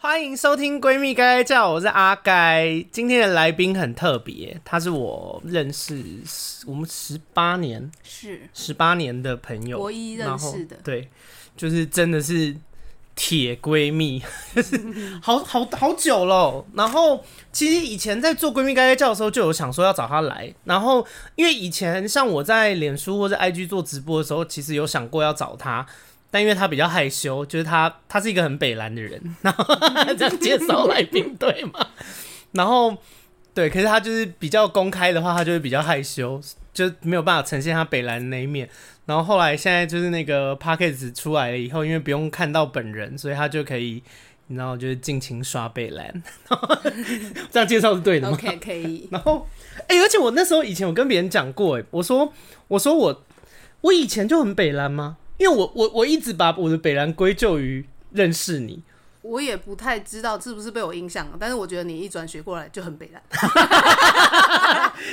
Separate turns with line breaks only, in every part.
欢迎收听《闺蜜该该叫》，我是阿该。今天的来宾很特别，他是我认识十我们十八年、
是
十八年的朋友，
国一认
然后
识的，
对，就是真的是铁闺蜜， 就是好好好久喽。然后其实以前在做闺蜜该该叫的时候，就有想说要找她来。然后因为以前像我在脸书或者 IG 做直播的时候，其实有想过要找她。但因为她比较害羞，就是她，她是一个很北蓝的人，然后这样介绍来宾对吗？然后对，可是她就是比较公开的话，她就会比较害羞，就没有办法呈现她北蓝的那一面。然后后来现在就是那个 p a c k a g e 出来了以后，因为不用看到本人，所以他就可以，你知道，就是尽情刷贝兰。 这样介绍是对的吗
OK 可以，
然后，哎、而且我那时候以前我跟别人讲过、哎，我说，我说我，我以前就很北兰吗？因为我我我一直把我的北兰归咎于认识你，
我也不太知道是不是被我影响了，但是我觉得你一转学过来就很北蓝，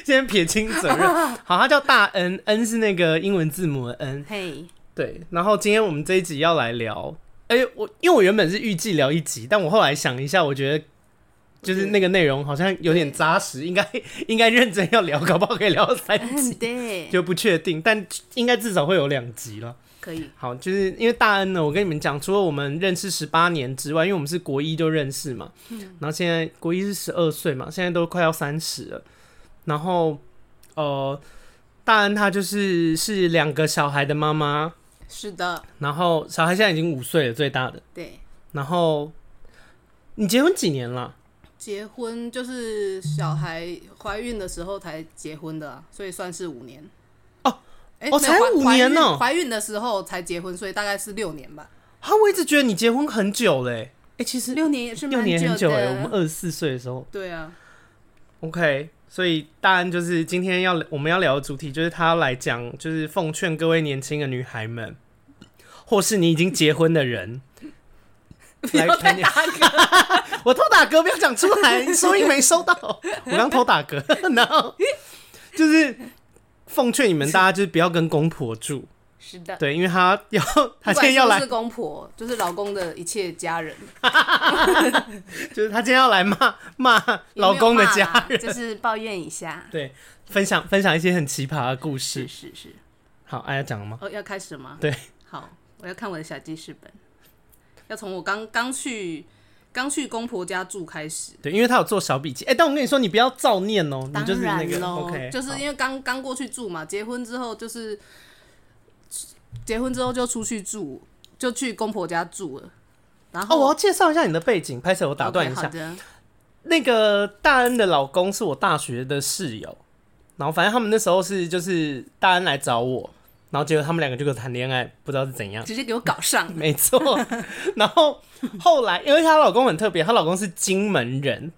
先撇清责任。好，他叫大恩，恩是那个英文字母的恩。
嘿，
对，然后今天我们这一集要来聊，哎、我因为我原本是预计聊一集，但我后来想一下，我觉得就是那个内容好像有点扎实，应该应该认真要聊，搞不好可以聊到三集，
对，
就不确定，但应该至少会有两集了。
可以，
好，就是因为大恩呢，我跟你们讲，除了我们认识十八年之外，因为我们是国一就认识嘛，然后现在国一是十二岁嘛，现在都快要三十了，然后呃，大恩她就是是两个小孩的妈妈，
是的，
然后小孩现在已经五岁了，最大的。
对，
然后你结婚几年了？
结婚就是小孩怀孕的时候才结婚的啊、所以算是五年。
哦
诶，
哦
没有
才
怀
五年哦
怀孕怀孕的时候才结婚，所以大概是六年吧。
啊，我一直觉得你结婚很久嘞、哎、其实
六年也是
六
蛮
年很久
的，
哎、我们二十四岁的时候。
对啊，
OK，所以大安就是今天要我们要聊的主题，就是他要来讲，就是奉劝各位年轻的女孩们，或是你已经结婚的人，
不要再
来
打嗝，
我偷打嗝，不要讲出来，你收音没收到。我刚偷打嗝， 然后就是奉劝你们大家，就是不要跟公婆住，
是的。
对，因为他 要他现
不管
在
是
要
不
来
是公婆，就是老公的一切家人，
就是他今天要来骂骂
也没有
老公的
骂
家
啦
人，
就是抱怨一下。
对，分享分享一些很奇葩的故
是
事。
是是，
好，哎、要讲了吗？
哦，要开始吗？
对，
好，我要看我的小记事本，要从我刚刚去刚去公婆家住开始。
对，因为他有做小笔记。哎、但我跟你说，你不要照念哦、你
当
就是那
然
个
喽
OK，
就是
好
因为刚刚过去住嘛，结婚之后就是结婚之后就出去住，就去公婆家住了。然
哦，
后
我要介绍一下你的背景，拍摄我打断一
OK，
下
好的，
那个大恩的老公是我大学的室友，然后反正他们那时候是就是大恩来找我，然后结果他们两个就给我谈恋爱，不知道是怎样。
直接给我搞 上
没错。然后后来，因为她老公很特别，她老公是金门人，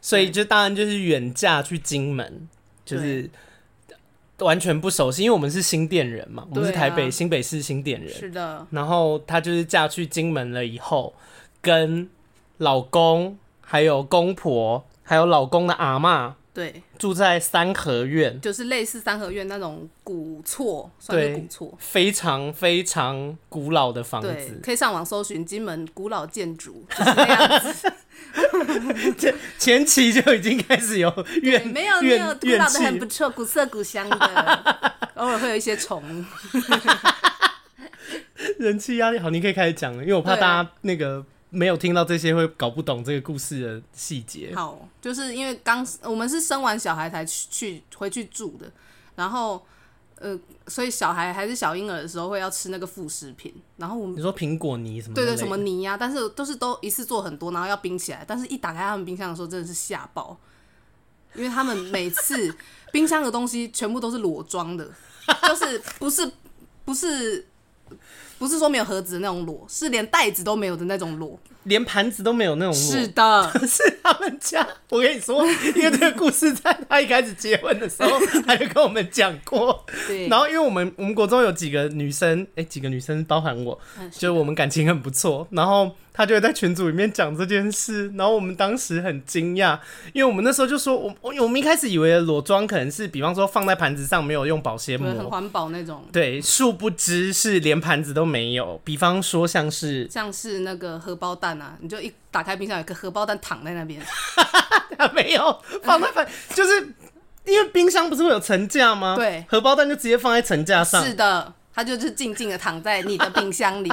所以就当然就是远嫁去金门，就是完全不熟悉，因为我们是新店人嘛，我们是
对啊
台北、新北市新店人。
是的，
然后她就是嫁去金门了以后，跟老公、还有公婆、还有老公的阿嬷
对，
住在三合院，
就是类似三合院那种古厝，算是
对
古厝。
非常非常古老的房
对
子，，
可以上网搜寻金门古老建筑，就是那样子。
前期就已经开始有
对
怨
没有没
怨
有，古
怨
老的
气
很不错，古色古香 的，偶尔会有一些虫。
人气压力好，你可以开始讲了，因为我怕大家那个没有听到这些会搞不懂这个故事的细节。
好，就是因为刚我们是生完小孩才去去回去住的，然后呃，所以小孩还是小婴儿的时候会要吃那个副食品，然后我们
你说苹果泥什么的
对
类的？
对什么泥啊呀、但是都是都一次做很多，然后要冰起来，但是一打开他们冰箱的时候真的是吓爆，因为他们每次冰箱的东西全部都是裸装的，就是不是不是。不是说没有盒子的那种裸，是连袋子都没有的那种裸。
连盘子都没有那种
是
裸。
的，
是他们家，我跟你说，因为这个故事在他一开始结婚的 时候，他就跟我们讲过。
对。
然后，因为我们我们国中有几个女生，哎、几个女生包含我，
嗯
就是我们感情很不错。然后他就会在群组里面讲这件事，然后我们当时很惊讶，因为我们那时候就说，我我我们一开始以为裸妆可能是，比方说放在盘子上没有用保鲜
对，很
膜，
环保那种。
对，殊不知是连盘子都没有。比方说像是
像是那个荷包蛋蛋啊，你就一打开冰箱有个荷包蛋躺在那边，
他啊没有放在 饭，就是因为冰箱不是会有层架吗？
对
荷包蛋就直接放在层架上。
是的，它就是静静的躺在你的冰箱里，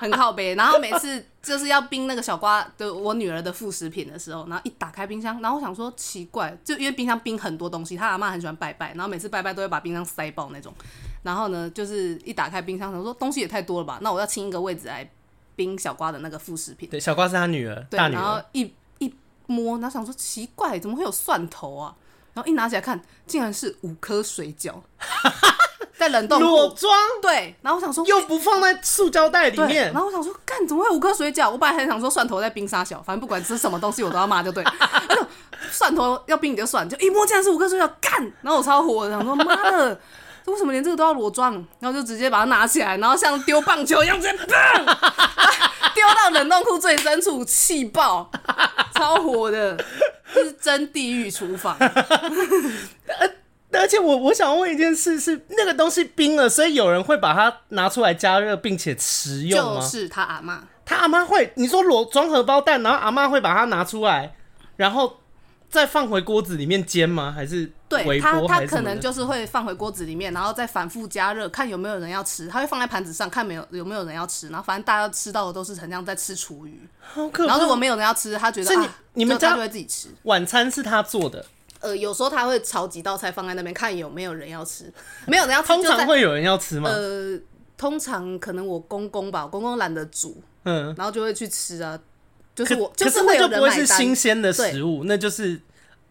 很靠北。然后每次就是要冰那个小瓜的我女儿的副食品的时候，然后一打开冰箱，然后我想说奇怪，就因为冰箱冰很多东西，她阿妈很喜欢拜拜，然后每次拜拜都会把冰箱塞爆那种。然后呢，就是一打开冰箱，想说东西也太多了吧，那我要清一个位置来冰小瓜的那个副食品。
对，小瓜是他女儿，
对，
大女
然后
儿。
一一摸，然后想说奇怪，怎么会有蒜头啊？然后一拿起来看，竟然是五颗水饺， 在 冷冻
裸
库。
装
对，然后我想说
又不放在塑胶袋里
对，
面
然，后我想说，干怎么会有五颗水饺？我本来还想说蒜头在冰沙小，反正不管吃什么东西我都要骂，就对。 哎呦蒜头要冰你就算，就一摸竟然是五颗水饺，干！然后我超火的，想说妈的，这为什么连这个都要裸装？然后就直接把它拿起来，然后像丢棒球一样直接砰，丢到冷冻库最深处，气爆，超火的，这是真地狱厨房。
而且我我想问一件事是，那个东西冰了，所以有人会把它拿出来加热并且食 用
就
吗？
是他阿妈，
他阿妈会，你说裸装荷包蛋，然后阿妈会把它拿出来，然后再放回锅子里面煎吗？还是
对
微
他，
波还
他
是什
可
么的
能就是会放回锅子里面，然后再反复加热，看有没有人要吃。他会放在盘子上，看没有有没有人要吃。然后反正大家吃到的都是很像在吃厨 余。
好可怕。
然后如果没有人要吃，他觉
所
得
以你
啊
你们
就他
家
就会自己吃。
晚餐是他做的，
呃，有时候他会炒几道菜放在那边，看有没有人要吃。没有人要吃，
通
就在
常会有人要吃吗？
呃，通常可能我公公吧，我公公懒得煮，
嗯，
然后就会去吃啊。就
可
是我，
可
是
是
会
那
有
就
人
不会
买
是
单
新，鲜的食物，那就是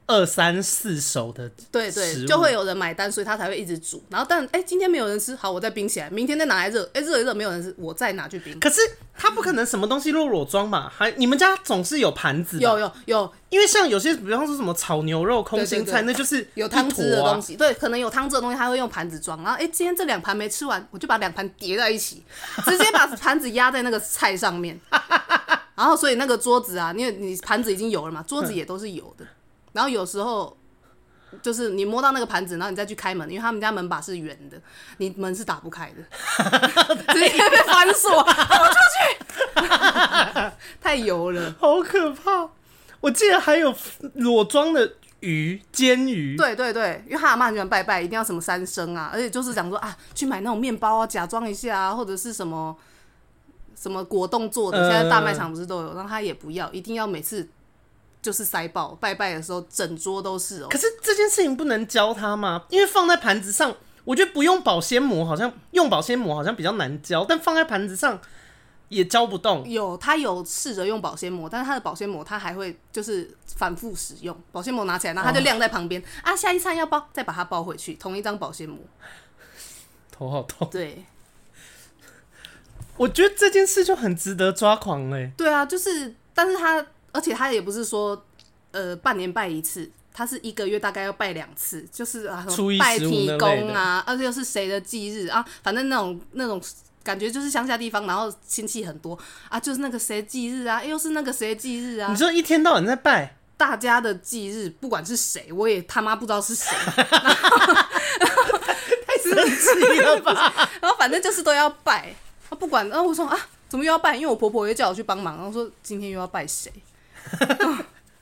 二三四手的
对
食
对，
物
就会有人买单，所以他才会一直煮。然后但哎、今天没有人吃，好，我再冰起来，明天再拿来热，哎、热一热没有人吃，我再拿去冰。
可是他不可能什么东西都裸装嘛，还你们家总是有盘子吧，
有有有
因为像有些比方说什么炒牛肉、空心菜，
对对对
那就是啊
有汤汁
汁
的东，西，对，可能有汤汁的东西，他会用盘子装。然后哎、今天这两盘没吃完，我就把两盘叠在一起，直接把盘子压在那个菜上面。 然后所以那个桌子啊，因为你盘子已经有了嘛，桌子也都是有的。然后有时候。就是你摸到那个盘子，然后你再去开门，因为他们家门把是圆的，你门是打不开的，直接被反锁，我出去， 太油了。
好可怕！我记得还有裸装的鱼，煎鱼，
对对对，因为他阿妈很喜欢拜拜，一定要什么三牲啊，而且就是讲说啊，去买那种面包啊，假装一下啊，或者是什么什么果冻做的，
嗯
现在大卖场不是都有，让他也不要，一定要每次就是塞爆拜拜的时候，整桌都是哦、
可是这件事情不能教他吗？因为放在盘子上，我觉得不用保鲜膜，好像用保鲜膜好像比较难教，但放在盘子上也教不动。
有他有试着用保鲜膜，但是他的保鲜膜他还会就是反复使用，保鲜膜拿起来，然后
哦
他就晾在旁边、啊，下一餐要包再把它包回去，同一张保鲜膜。
头好痛。
对
我觉得这件事就很值得抓狂欸嘞、
对啊，就是，但是他，而且他也不是说，呃，半年拜一次，他是一个月大概要拜两次，就是啊，什
初
么
一
拜
十五
提
那类
公啊，而且又是谁的忌日啊，反正那种那种感觉就是乡下地方，然后亲戚很多啊，就是那个谁忌日啊，又是那个谁忌日啊
你，说一天到晚在 拜，
大家的忌日，不管是谁，我也他妈不知道 是谁，
太神奇了吧？
然后反正就是都要拜，啊，不管，然、后我说啊，怎么又要拜？因为我婆婆也叫我去帮忙，然后说今天又要拜谁， 啊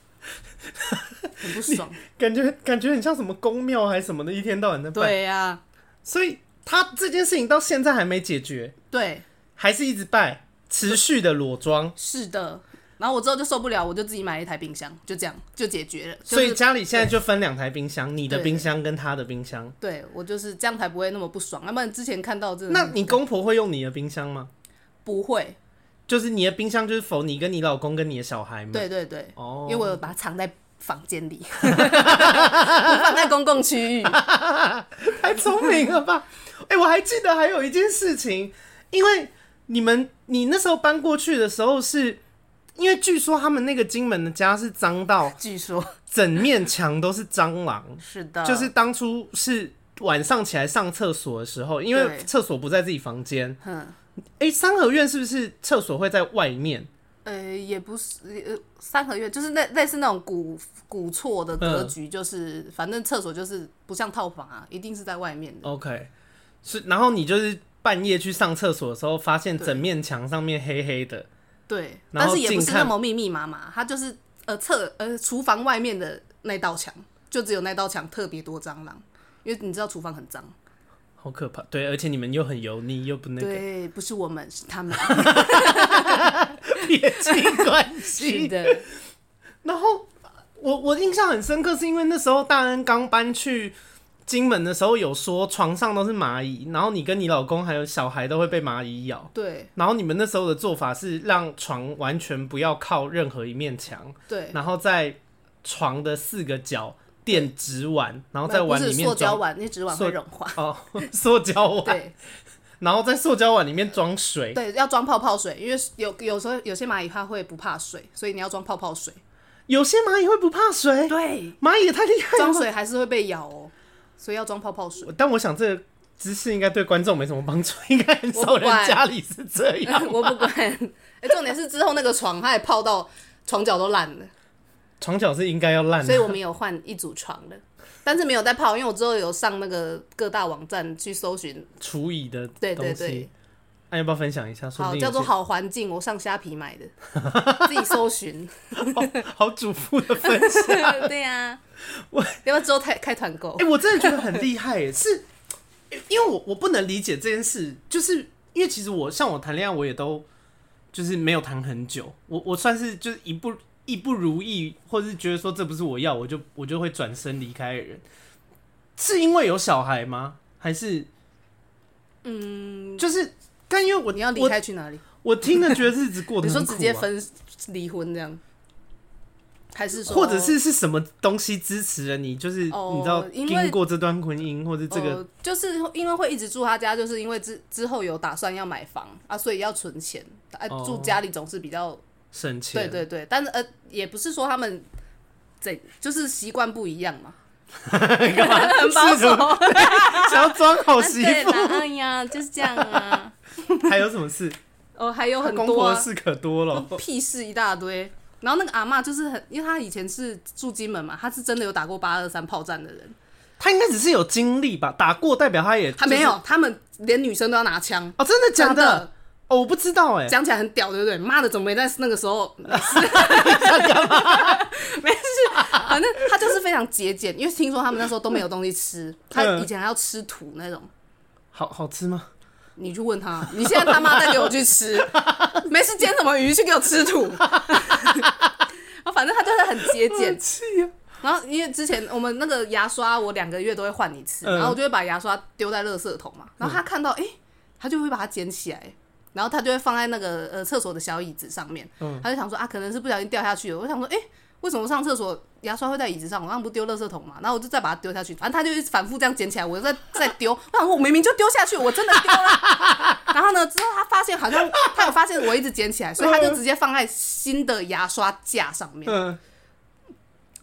很不爽。
感觉感觉很像什么宫庙还是什么的，一天到晚在拜。
对呀、
所以他这件事情到现在还没解决，
对，
还是一直拜，持续的裸装，
是的。然后我之后就受不了，我就自己买了一台冰箱，就这样就解决了。就是、
所以家里现在就分两台冰箱，你的
对
冰箱跟他的冰箱。
对我就是这样才不会那么不爽。要不然之前看到这，
那你公婆会用你的冰箱吗？
不会？
就是你的冰箱就是否你跟你老公跟你的小孩吗？
对对对，
哦
因为我有把它藏在房间里， 不放在公 共区域。
太聪明了吧？哎、我还记得还有一件事情，因为你们你那时候搬过去的时候是。因为据说他们那个金门的家是脏到
据说
整面墙都是蟑螂，
是的，
就是当初是晚上起来上厕所的时候，因为
对
厕所不在自己房间。
嗯，
哎、三合院是不是厕所会在外面？
呃，也不是呃三合院，就是类类似那种古古厝的格
嗯
局，就是、反正厕所就是不像套房啊，一定是在外面的。
OK，是，然后你就是半夜去上厕所的时候，发现
对
整面墙上面黑黑的，
对，
然
但
后
是也不是
近
那
看
么密密麻麻，它就是呃厕呃厨房外面的那道墙，就只有那道墙特别多蟑螂，因为你知道厨房很脏。
好可怕。对，而且你们又很油腻，又不那个，
对，不是我们，是 他们。
撇清关
是
系。
的，
然后我我印象很深刻，是因为那时候大恩刚搬去金门的时候，有说床上都是蚂蚁，然后你跟你老公还有小孩都会被蚂蚁咬。
对
然后你们那时候的做法是让床完全不要靠任何一面墙，
对，
然后在床的四个角垫纸碗，然后在
不
碗
是
里
塑
面
胶
装
碗，那纸碗
塑
会融化。
哦塑胶碗，
对
然后在塑胶碗里面装水。
对，要装泡泡水，因为有有时候有些蚂蚁它会不怕水，所以你要装泡泡水。
有些蚂蚁会不怕水，
对，
蚂蚁也太厉害
装
了。
水还是会被咬哦，所以要装泡 泡水。
但我想这个知识应该对观众没什么帮助，应该很少
我不
人
管
家里是这样。
我不管。 哎、重点是之后那个床，它也泡到床脚都烂了，
床脚是应该要烂
所以
的，
我们有换一组床的， 但是没有再泡，因为我之后有上那个各大网站去搜寻，
厨艺的
对对
东
对
西。那要不要分享一下？说不
好
定
叫做
有些
好环境，我上虾皮买 的，自己搜寻。
好主妇的分享。
对呀、 我要不要之后开开团购
哎、？我真的觉得很厉害耶，是因为我我不能理解这件事，就是因为其实我像我谈恋爱，我也都就是没有谈很久，我我算是就是一不一不如意，或是觉得说这不是我要，我就我就会转身离开的人，是因为有小孩吗？还是嗯，就是但因为我
你要离
我
开去哪里？
我听了觉得日子 过得
你说
很苦、啊，
直接分离婚这样，还是说
或者是是什么东西支持了你？就是
哦
你知道
因为
经过这段婚姻，或者这个
呃、就是因为会一直住他家，就是因为之之后有打算要买房啊，所以要存钱。啊，
哦
住家里总是比较
省钱，
对对对，但是呃，也不是说他们怎就是习惯不一样 嘛，
干嘛？
很
试
保
图
守。
想要装好媳
对
妇，
啦，哎呀，就是这样啊。
还有什么事？
哦，还有很
公
多、
婆
啊
的、事可多了。
屁事一大堆。然后那个阿嬷就是很，因为她以前是住金门嘛，她是真的有打过八二三炮战的人，
他应该只是有经历吧，打过代表他也
她没有，他们连女生都要拿枪，
哦，真的假
真的
的？哦，我不知道哎，
讲起来很屌，对不对？妈的，怎么没在那个时候？没事，没事，反正他就是非常节俭，因为听说他们那时候都没有东西吃，他以前还要吃土那种。
好好吃吗？
你去问他，你现在他妈再给我去吃，没事煎什么鱼去给我吃土。 啊，反正他就是很节俭，
气啊！
然后因为之前我们那个牙刷，我两个月都会换一次，
嗯
然后我就会把牙刷丢在垃圾桶嘛，然后他看到，哎、他就会把它捡起来，然后他就会放在那个呃厕所的小椅子上面，他就想说啊，可能是不小心掉下去了。我想说，哎、为什么上厕所牙刷会在椅子上？我刚刚不丢垃圾桶嘛，然后我就再把它丢下去，反正他就一直反复这样捡起来，我又再再丢， 我想说我明明就丢下去，我真的丢了。然后呢，之后他发现好像他有发现我一直捡起来，所以他就直接放在新的牙刷架上面。
嗯，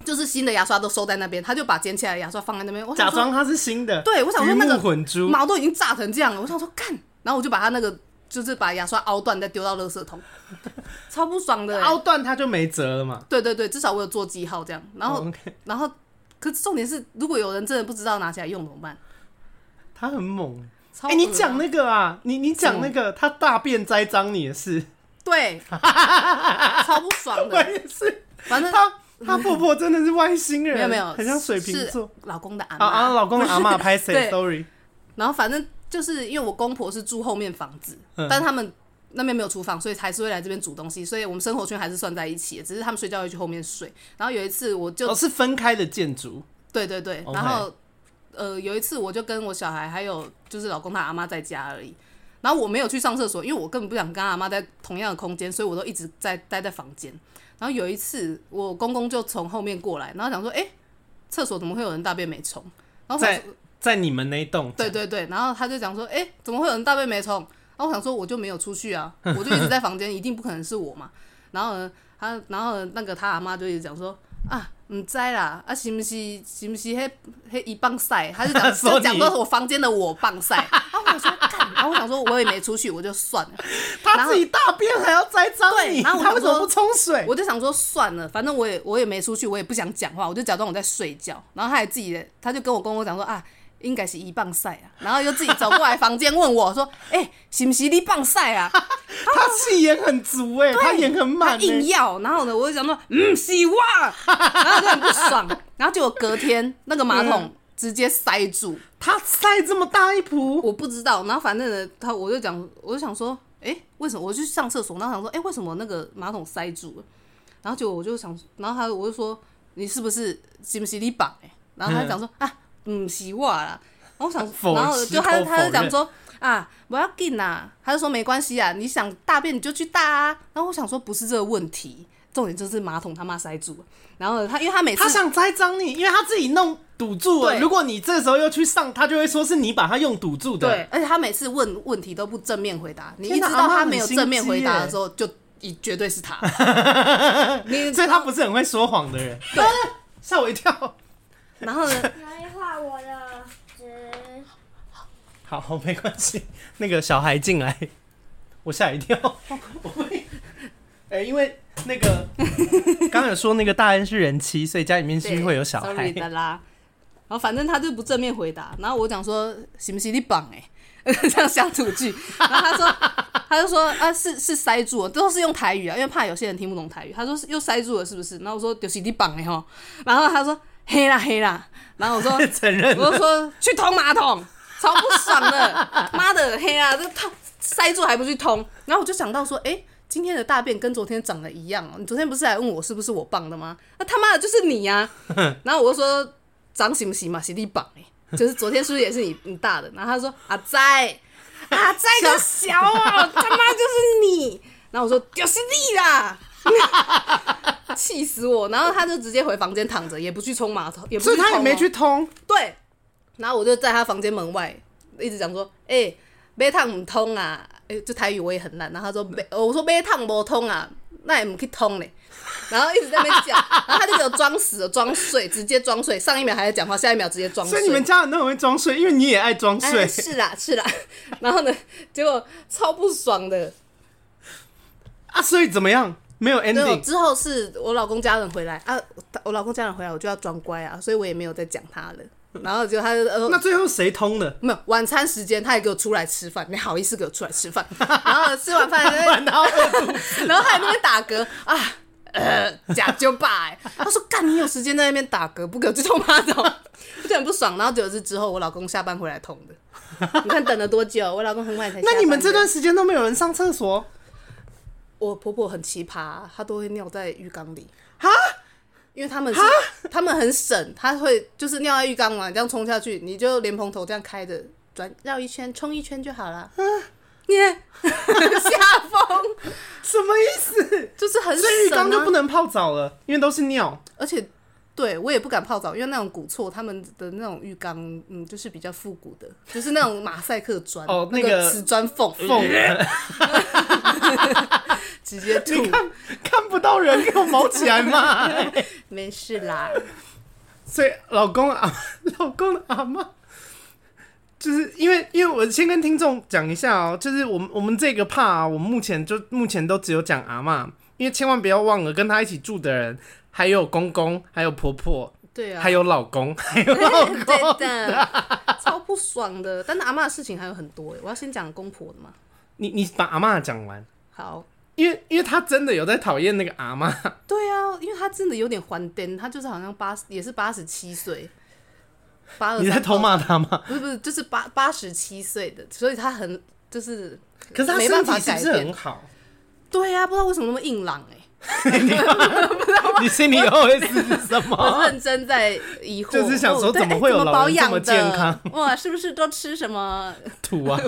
就是新的牙刷都收在那边，他就把捡起来的牙刷放在那边。我想
假
说，
装他是新的。
对我想说
鱼目
那个
混珠，
毛都已经炸成这样了，我想说干，然后我就把他那个就是把牙刷凹断，再丢到垃圾桶， 超不爽的、欸
凹断他就没辙了嘛。
对对对，至少我有做记号这样。然后、
哦，OK
然后，可是重点是，如果有人真的不知道拿起来用怎么办？
他很猛。
超
哎，你
恶啊
讲那个啊，你你讲那个他大便栽赃你的事，
对，超不爽
我
的。
也是。
反正
他他婆婆真的是外星人，
没有没有，
很像水瓶
是
座。
老公的阿
啊啊！
妈。
老公的阿 妈拍谁
对
？Sorry，
然后反正就是因为我公婆是住后面房子，
嗯
但他们那边没有厨房，所以还是会来这边煮东西，所以我们生活圈还是算在一起的，只是他们睡觉会去后面睡。然后有一次我就、
哦，是分开的建筑。
对对对，
OK
然后呃有一次我就跟我小孩还有就是老公他阿妈在家而已。然后我没有去上厕所，因为我根本不想跟阿妈在同样的空间，所以我都一直在待在房间。然后有一次，我公公就从后面过来，然后想说：“哎，厕所怎么会有人大便没冲？”然后我想
在在你们那一栋，
对对对，然后他就讲说，哎、怎么会有人大便没冲？然后我想说，我就没有出去啊，我就一直在房间，一定不可能是我嘛。然后呢，他，然后呢那个他阿妈就一直讲说，啊，唔知啦，啊，是不是是不是迄迄一棒晒？他就讲
说
就讲
你
说我房间的我棒晒。 然后我想说，干，然后我想说我也没出去，我就算了。然
他
后
自己大便还要栽赃你，
对然后我
他为
想
什么
说
不冲水？
我就想说算了，反正我也我也没出去，我也不想讲话，我就假装我在睡觉。然后他也自己的，他就跟我公公讲说啊，应该是一棒赛啊，然后又自己走过来房间问我说：“哎、是不是你棒赛啊？”
他戏演很足哎、他演很
他
满、
硬
欸，
要，然后呢，我就想 说，嗯，洗袜，然后就很不爽，然后结果隔天那个马桶直接塞住，
他塞这么大一壶，
我不知道，然后反正呢，他我就讲，我就想说，哎、为什么我就去上厕所，然后想说，哎、为什么那个马桶塞住了？然后结果我就想，然后他我就说，你是不是是不是你绑、欸？然后他就讲说、啊，嗯，洗袜啦。然后我想
否，
然后就他
矢口
他
否
就讲说。啊，不要紧啦！他就说没关系啊，你想大便你就去大啊。然后我想说不是这个问题，重点就是马桶他妈塞住了。然后呢他因为他每次
他想栽赃你，因为他自己弄堵住了。
对
如果你这时候又去上，他就会说是你把他用堵住的。
对，而且他每次问问题都不正面回答，你一
天
知
哪
道
阿嬷
他
很
没有
心
正面回答
机耶
的时候，就一绝对是他。 你
所以他不是很会说谎的人。
对
啊吓我一跳。
然后呢？
来画我的纸，
好， 没关系。那个小孩进来， 我吓一跳。我
哦
会， 哎、因为那个 刚刚有说那个大恩是人妻，所以家里面是
对
会有小
Sorry
孩。
的啦。然后反正他就不正面回答，然后我讲说行不行你绑哎、欸， 这样乡土剧。然后他说 他就说啊是是塞住了，都是用台语啊，因为怕有些人听不懂台语。他说是又塞住了是不是？然后我说就是你绑哎吼，然后他说黑啦黑啦，然后我说
承认
我就
了，
说去通马桶，超不爽 的，妈的，嘿啊，这套塞住还不去通。然后我就想到说，哎、今天的大便跟昨天长得一样哦、你昨天不是来问我是不是我棒的吗？那他妈的就是 你呀、然后我就说长行不行嘛，是你棒哎、就是昨天是不是也是你你大的？然后他说阿仔，阿仔个小哦，他妈就是你。然后我说就是你 啦。 气死我！然后他就直接回房间躺着，也不去冲马桶，也不去
所以他也
冲
没
哦
去通。
对，然后我就在他房间门外一直讲说，哎、欸，马桶唔通啊，哎、就台语我也很烂。然后他说，马哦我说马桶无通啊，那也唔去通嘞。 然后一直在那边讲，然后他就给我装死、装睡，直接装睡。上一秒还在讲话，下一秒直接装睡。
所以你们家人都很会装睡，因为你也爱装睡。
哎、是啦是啦。然后呢，结果超不爽的。
啊，所以怎么样？没有
对，我
ending，
之后是我老公家人回来啊，我我老公家人回来，我就要装乖啊，所以我也没有再讲他了。然后结果他就呃，
那最后谁通的？
没有晚餐时间，他也给我出来吃饭，你好意思给我出来 吃饭？然后吃完饭，哎
管他饿肚子。
然后他还在那边打嗝啊，呃，假就罢、欸。他说：“干，你有时间在那边打嗝，不给我去冲马桶，我就很不爽。”然后结果是之后我老公下班回来捅的，你看等了多久？我老公很晚才下 班。
那你们这段时间都没有人上厕所？
我婆婆很奇葩，她都会尿在浴缸里。
哈，
因为他们是他们很省，他会就是尿在浴缸嘛，你这样冲下去，你就莲蓬头这样开着转绕一圈，冲一圈就好了。你下风
什么意思？
就是很省、
所以浴缸就不
能，
能泡澡了，因为都是尿。
而且对我也不敢泡澡，因为那种古厝他们的那种浴缸，嗯，就是比较复古的，就是那种马赛克砖
哦
那
那个呃
瓷砖缝
缝，
直接吐，
你看看不到人，给我毛起来嘛！
没事啦。
所以老公啊， 老公的阿妈，就是因为因为我先跟听众讲一下哦、就是我们我们这个怕、啊，我们目前就目前都只有讲阿妈，因为千万不要忘了跟他一起住的人，还有公公，还有婆婆，
对啊，
还有老公， 还有老公。
对的，超不爽的。但是阿嬷的事情还有很多耶，我要先讲公婆的嘛。
你你把阿妈讲完，
好，
因为因为他真的有在讨厌那个阿妈，
对啊，因为他真的有点还癫，他就是好像八也是八十七岁，八二哦
你在偷？骂他吗？
不是不是，就是八八十七岁的，所以他很就是，
可是他
没
身
办
体
法
是不
改
是很
变。
好？
对啊，不知道为什么那么硬朗哎、
你心里 OS 是什
我
么？
认真在疑惑，
就是想说
哦对
怎么会有
哎
老人这
怎
么
么
健康
保养的？哇，是不是都吃什么？
土啊！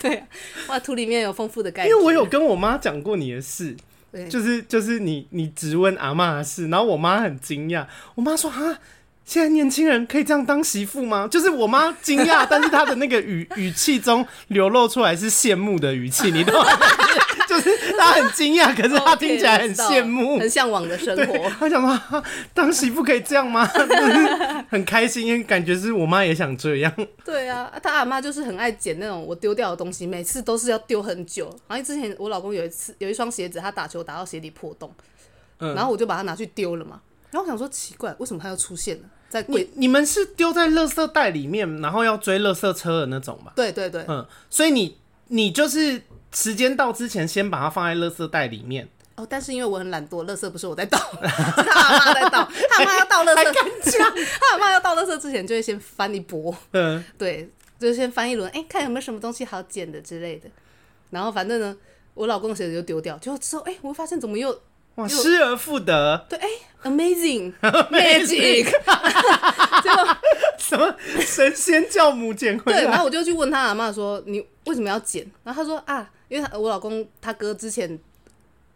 对啊，哇，土里面有丰富的钙质。
因为我有跟我妈讲过你的事，
对
就是就是你你直问阿嬷的事，然后我妈很惊讶，我妈说啊，现在年轻人可以这样当媳妇吗？就是我妈惊讶，但是她的那个语 语气中流露出来是羡慕的语气，你懂吗？ 就是她很惊讶，可是她听起来很羡慕
哦 OK，知道。很向往的生活。
她想说、啊当媳妇可以这样吗？就是很开心，因为感觉是我妈也想这样。
对啊，啊他阿妈就是很爱捡那种我丢掉的东西，每次都是要丢很久。然后之前我老公有一次有一双鞋子，他打球打到鞋底破洞，
嗯
然后我就把它拿去丢了嘛。然后我想说奇怪，为什么它要出现呢？在
你
柜，
你们是丢在垃圾袋里面，然后要追垃圾车的那种吧？
对对对，
嗯，所以你你就是时间到之前先把它放在垃圾袋里面，
哦，但是因为我很懒惰，垃圾不是我在倒， 是他阿妈在倒。他阿妈要倒垃圾，他阿妈要倒垃圾之前就会先翻一波，
嗯，
对，就先翻一轮，哎、看有没有什么东西好捡的之类的。然后反正呢，我老公的鞋子就丢掉，结果之后，哎、我发现怎么又
哇，失而复得，
对，哎、a m a z i n g magic，结果
什么神仙教母捡回
对，然
来
后，我就去问他阿妈说：“你为什么要剪？”然后他说：“啊，因为他我老公他哥之前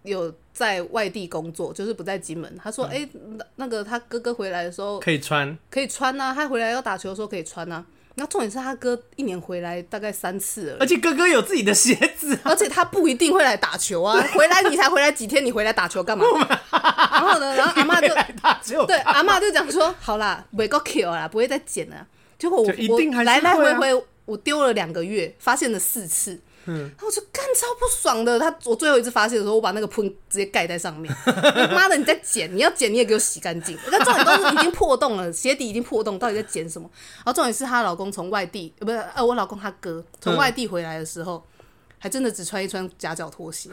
有在外地工作，就是不在金门。他说：‘哎、那那个他哥哥回来的时候
可以穿，
可以穿呐、啊，他回来要打球的时候可以穿呐、啊。’然后重点是他哥一年回来大概三次而
而
已。”
且哥哥有自己的鞋子啊，
而且他不一定会来打球啊，回来你才回来几天，你回来打球干嘛？然后呢，然后阿妈就
来打球，
对，阿妈就讲说，好啦，不会够 Q 啦，不会再剪了啦。结果我
就一
我
定还是
来来
会
回
啊
回，我丢了两个月，发现了四次。嗯，然后我就干超不爽的。他我最后一次发现的时候，我把那个喷直接盖在上面。 妈的，你在剪，你要剪你也给我洗干净。那重点都是已经破洞了， 鞋底已经破洞，到底在剪什么？然后重点是她老公从外地，呃不是呃我老公他哥从
嗯
外地回来的时候，还真的只穿一双夹脚 拖鞋。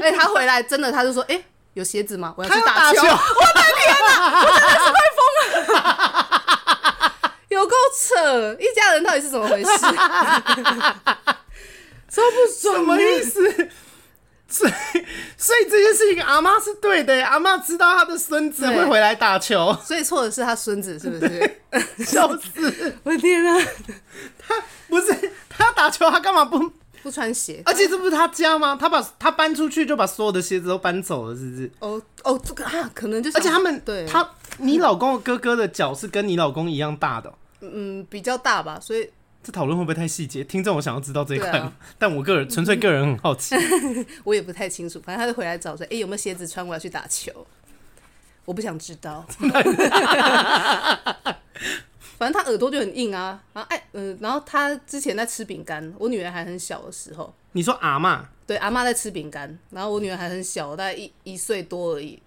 哎，他回来真的他就说，哎、有鞋子吗？我要去
他要
打
打
球。
球
有够扯！一家人到底是怎么回事？超不爽 的
什么意？思？ 所以，所以这件事情阿妈是对的耶，阿妈知道她的孙子
对
会回来打球，
所以错的是他孙子，是不 是？
笑死！
我的天啊！
不是他打球，他干嘛不？
不穿鞋
而且这不是他家吗？他把他搬出去就把所有的鞋子都搬走了，是不是？
哦哦，这个啊，可能就想
而且他们
对
他你老公的哥哥的脚是跟你老公一样大的哦、
嗯比较大吧，所以
这讨论会不会太细节？听众我想要知道这一块
对
吗，
啊
但我个人纯粹个人很好奇。
我也不太清楚。反正他就回来找说，哎、有没有鞋子穿？我要去打球。我不想知 道。反正他耳朵就很硬啊，然后哎，嗯、然后他之前在吃饼干，我女儿还很小的时候，
你说阿妈
对，阿妈在吃饼干，然后我女儿还很小，大概一一岁多而已。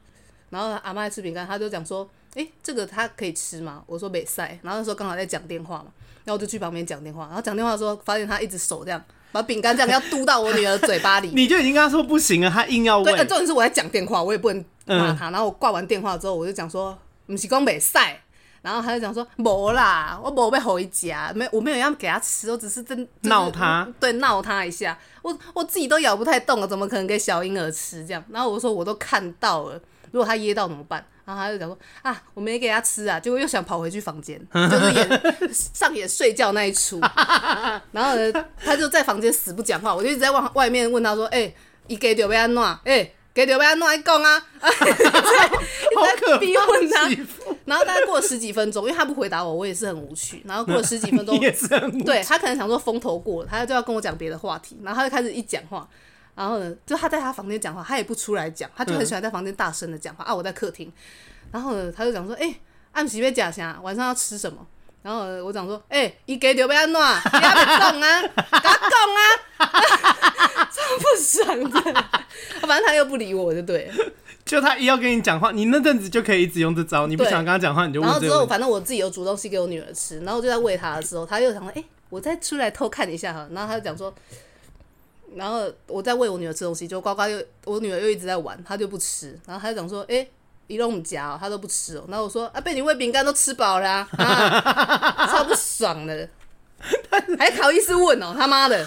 然后阿妈在吃饼干，她就讲说：“诶，这个她可以吃吗？”我说：“没塞。”然后那时候刚好在讲电话嘛，然后我就去旁边讲电话。然后讲电话的时候，发现她一只手这样把饼干这样要嘟到我女儿嘴巴里。
你就已经跟他说不行了，他硬要
对，呃
问，嗯
重点是我在讲电话，我也不能骂她。然后我挂完电话之后，我就讲说：“不是讲没塞。”然后她就讲说：“没啦，我没被回家，没我没有要给她吃，我只是真就是
闹她
对，闹他一下，我我自己都咬不太动了，怎么可能给小婴儿吃这样？然后我说我都看到了，如果他噎到怎么办？然后他就讲说啊，我没给他吃啊，结果又想跑回去 房间，就是演上演睡觉那一出。然后呢，他就在房间死不讲话，我就一直在外外面问他说，哎、一给丢被安诺，哎、给丢被安诺，你讲啊， 啊一直在
好
一直
可
在
怕
逼问他
媳。妇
然后大概过了十几分钟，因为他不回答我，我也是很无趣。然后过了十几分钟
你，也是很无
对他可能想说风头过了，他就要跟我讲别的话题，然后他就开始一讲话，然后呢，就他在他房间讲话，他也不出来讲，他就很喜欢在房间大声的讲话、啊，我在客厅，然后呢，他就讲说，哎、暗喜被假啥，晚上要吃什么？然后呢我讲说，哎、伊给留被安怎？你还不讲啊，跟他讲啊， 超不爽的。 反正他又不理我，就对了。
就他一要跟你讲话，你那阵子就可以一直用这招。你不
对
想跟他讲话，你就
然后
问这
之
个
后，
问题。
反正我自己有煮东西给我女儿吃，然后我就在喂她的时候，她又想说，哎、我再出来偷看一下哈。然后她就讲说，然后我在喂我女儿吃东西，就呱呱又我女儿又一直在玩，她就不吃。然后她就讲说，哎、一弄我们夹、哦，她都不吃哦。然后我说，啊，被你喂饼干都吃饱啦、啊，超不爽的，还好意思问哦，他妈的，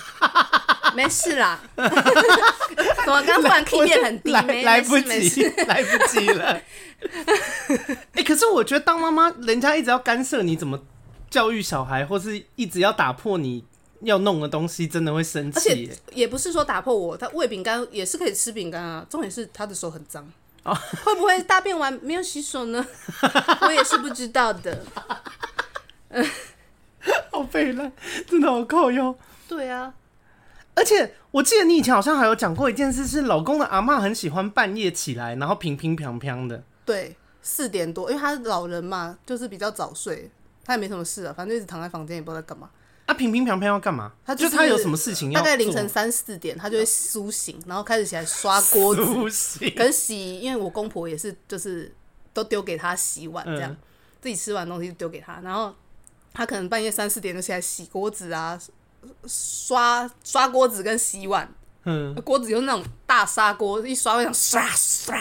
没事 啦。怎么刚突然 K 变很低？
来
没
来不
没事没
及
事，
来不及了。 哎、可是我觉得当妈妈，人家一直要干涉你怎么教育小孩，或是一直要打破你要弄的东西，真的会生
而
气
且
耶。
也不是说打破我，他喂饼干也是可以吃饼干啊，重点是他的手很脏。
哦
会不会大便完没有洗手呢？ 我也是不知道的。
好费烂，真的好靠腰。
对啊，
而且我记得你以前好像还有讲过一件事，是老公的阿嬷很喜欢半夜起来，然后平平平平的。
对，四点多，因为他老人嘛，就是比较早睡，他也没什么事啊，反正就一直躺在房间，也不知道在干嘛。
啊，平平平平要干嘛？
他
就是他有什么事情要
大
做？
概凌晨三四点，他就会 苏醒，然后开始起来刷锅子
不行。
跟洗，因为我公婆也是就是都丢给他洗碗这样，
嗯
自己吃完东西就丢给他，然后他可能半夜三四点就起来洗锅子啊，刷刷锅子跟洗碗，
嗯，
锅子就是那种大砂锅，一刷会想刷刷，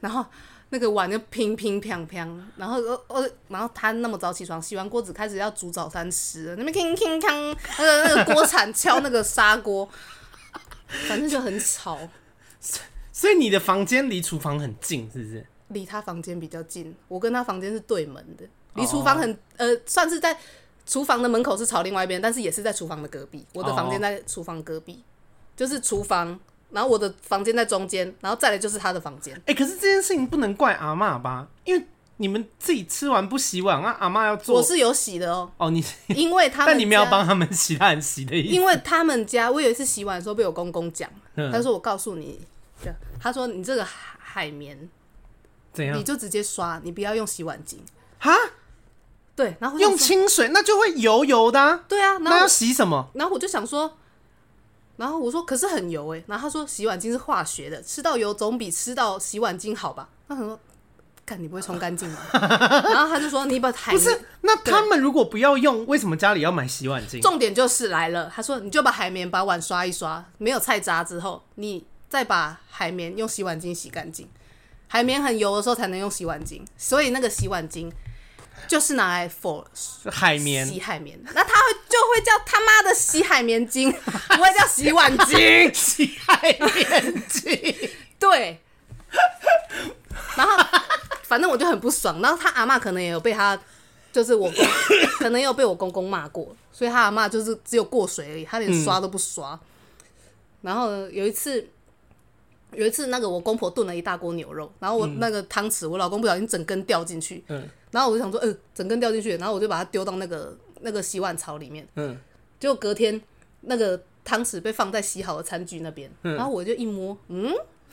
然后那个碗就乒乒乓乓，然后呃呃，然后他那么早起床，洗完锅子开始要煮早餐吃了，那边铿铿锵，那个那个锅铲敲那个砂锅，反正就很吵，
所以你的房间离厨房很近，是不是？
离他房间比较近，我跟他房间是对门
哦
的，离厨房很、呃，算是在厨房的门口是朝另外一边，但是也是在厨房的隔壁。
哦
我的房间在厨房隔壁，就是厨房，然后我的房间在中间，然后再来就是他的房间。
哎、可是这件事情不能怪阿嬷吧？因为你们自己吃完不洗碗，那啊阿嬷要
我
做。
是有洗的哦，
哦，你
因为他们
但你们要
家
帮他们洗，他很洗的意思。
因为他们家，我有一次洗碗的时候被我公公讲，
嗯
他说我告诉你，对他说你这个海海绵
怎
你
样？
就直接刷，你不要用洗碗巾。
哈，
对，然后我想
用
说
清水那就会油油的、啊，
对啊，然
那
后
要洗什么？
然后我就想说，然后我说可是很油哎、然后他说洗碗巾是化学的，吃到油总比吃到洗碗巾好吧？那他说，干你不会冲干净吗？ 然后他就说你把海
不
绵，
是，那他们如果不要用，为什么家里要买洗碗巾？
重点就是来了，他说你就把海绵把碗刷一刷，没有菜渣之后，你再把海绵用洗碗巾洗干净。海绵很油的时候才能用洗碗巾，所以那个洗碗巾就是拿来 for
海绵
洗海绵，那他会就会叫他妈的洗海绵巾，不会叫洗碗巾。
洗海绵巾，
对，然后反正我就很不爽。然后他阿嬷可能也有被他，就是我公可能也有被我公公骂过，所以他阿嬷就是只有过水而已，他连刷都不刷。然后呢有一次，有一次那个我公婆炖了一大锅牛肉，然后我那个汤匙，我老公不小心整根掉进去，
嗯
然后我就想说，嗯、整根掉进去，然后我就把它丢到那个那个洗碗槽里面。
嗯，
结果隔天那个汤匙被放在洗好的餐具那边，然后我就一摸，嗯，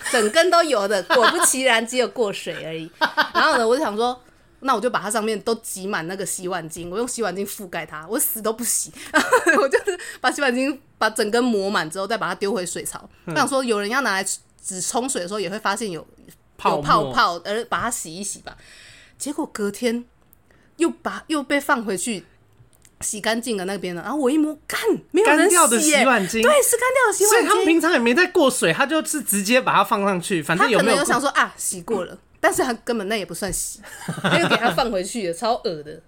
整根都有的，果不其然只有过水而已。 然后呢，我就想说。那我就把它上面都挤满那个洗碗巾，我用洗碗巾覆盖它，我死都不洗。 我就是把洗碗巾把整根抹满之后，再把它丢回水槽。我想说，有人要拿来只冲水的时候，也会发现有有
泡
泡
沫
泡，而把它洗一洗吧。结果隔天又把又被放回去洗干净了那边了，然后我一摸，干，没有
干
人
掉的
洗耶
洗碗巾
对，是干掉的洗
所
碗
以他们
巾。
平常也没在过水，他就是直接把它放上去，反
他
正有
可
没
能
有
有想说啊，洗过了，但是他根本那也不 算洗，他又给他放回去了，超恶的。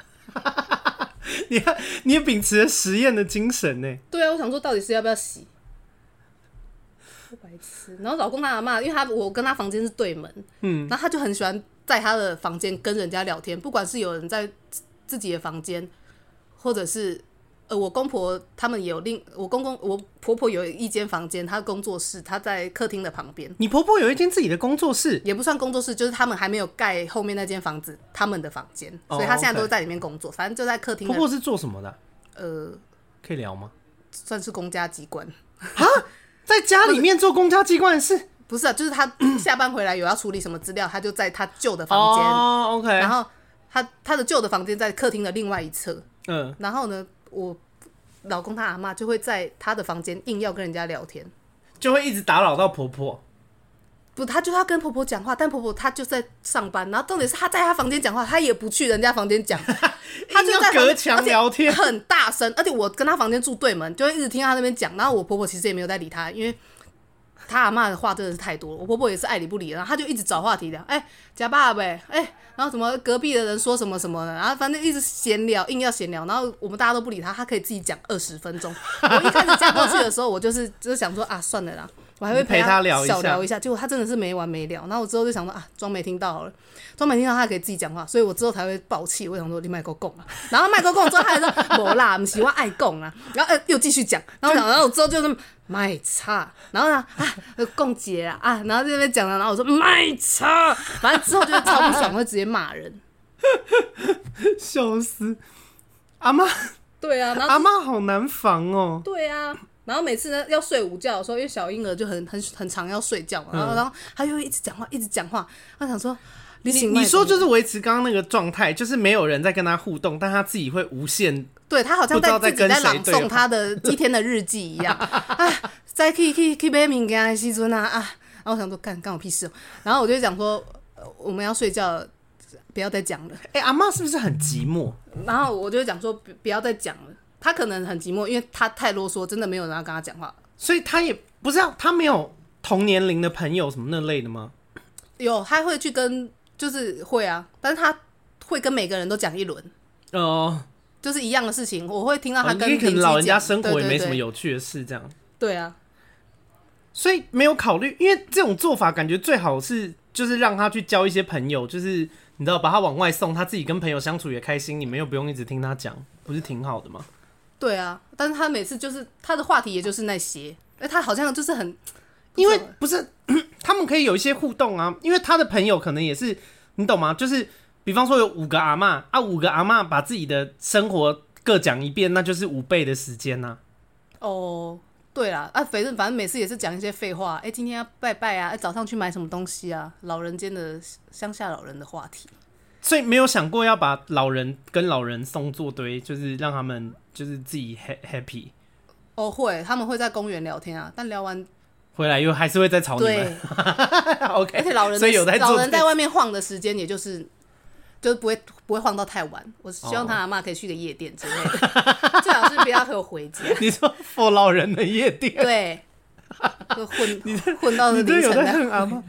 你看，你也秉持了实验的精神呢。
对啊，我想说到底是要不要 洗？白痴。然后老公他阿妈，因为他我跟他房间是对门，嗯，然后他就很喜欢在他的房间跟人家聊天，不管是有人在自自己的房间，或者是呃我公婆他们也有另我公公我婆婆有一间房间，她的工作室，她在客厅的旁边。
你婆婆有一间自己的工作室，
也不算工作室，就是他们还没有盖后面那间房子，他们的房间，
哦
所以他现在
OK
都在里面工作，反正就在客厅的。
婆婆是做什么的啊？
呃，
可以聊吗？
算是公家机关，
在家里面做公家机关的事。
不是啊，就是他下班回来有要处理什么资料，他就在他旧的房间，
哦，OK，
然后他他的旧的房间在客厅的另外一侧，
嗯，
然后呢，我老公他阿嬷就会在他的房间硬要跟人家聊天，
就会一直打扰到婆婆。
不，他就要跟婆婆讲话，但婆婆她就在上班，然后重点是她在她房间讲话，她也不去人家房间讲，她就
硬要
在房
隔墙聊天
而且很大声，而且我跟她房间住对门，就会一直听她那边讲，然后我婆婆其实也没有在理她，因为。她阿嬷的话真的是太多了，我婆婆也是爱理不理，然后她就一直找话题聊，哎、假爸呗，哎、然后什么隔壁的人说什么什么的，然后反正一直闲聊，硬要闲聊，然后我们大家都不理她，她可以自己讲二十分 钟。我一开始嫁过去的时候，我就是就是想说啊，算了啦，我还会
陪她
她
聊一
小
下
聊一下，结果他真的是没完没了。然后我之后就想说啊，装没听到好了，装没听到他还可以自己讲话，所以我之后才会爆气。我想说你麦克供啊，然后麦克供之后他还说没啦，不是我爱供啊，然后、呃、又继续讲，然后我想，然后我之后就是卖差，然后呢啊呃供姐啊啊，然后在那边讲了，然后我说卖差，反正之后就是超不爽，会直接骂人。
笑死，阿妈
对啊，然后
阿妈好难防哦。
对啊，然后每次呢要睡午觉的时候，因为小婴儿就很很很常要睡觉嘛，然后、然后他又会一直讲话，一直讲话，他想说嗯你
你
醒
你说就是是维持刚刚那个状态，就是没有人在跟她互动，但她自己会无限
对他好像在
不知道在
自己在
跟谁
朗
对
诵
话
他的一天的日记 一样，啊，在去去去买物件的时阵啊啊，然后我想说干干我屁事、哦，然后我就讲说呃我们要睡觉了。不要再讲了。
哎、阿妈是不是很寂寞？
然后我就讲说不不要再讲了，他可能很寂寞，因为他太啰嗦，真的没有人要跟他讲话。
所以她也不知道，她没有同年龄的朋友什么那类的吗？
有他会去跟，就是会啊，但是他会跟每个人都讲一轮，
哦，
就是一样的事情。我会听到他
哦
跟、
因为可能老人家生活也没
对对
什么
对
有趣的事，这样，
对啊，
所以没有考虑，因为这种做法感觉最好是就是让她去交一些朋友，就是你知道把她往外送，她自己跟朋友相处也开心，你们又不用一直听她讲，不是挺好的吗？
对啊，但是他每次就是他的话题，也就是那些，哎，他好像就是很，
因为
不知道欸
不是 他们可以有一些互动啊，因为他的朋友可能也是你懂吗？就是比方说有五个阿嬷啊，五个阿嬷把自己的生活各讲一遍，那就是五倍的时间啊呐、
哦，对啦，啊，反正反正每次也是讲一些废话，哎，今天要拜拜啊，哎，早上去买什么东西啊，老人间的乡下老人的话题，
所以没有想过要把老人跟老人送作堆，就是让他们就是自己 ha- happy，
哦，会他们会在公园聊天啊，但聊完
回来又还是会再吵你们。
对，
OK，
而且老人的
所以有在做
老人在外面晃的时间，也就是就是不会不会晃到太晚。我希望他
哦
阿妈可以去个夜店之类的， 最好是不要和我回家。
你说 for 老人的夜店，
对，就混混 到
你
凌
真的有
晨
在
哦的。
恨阿妈？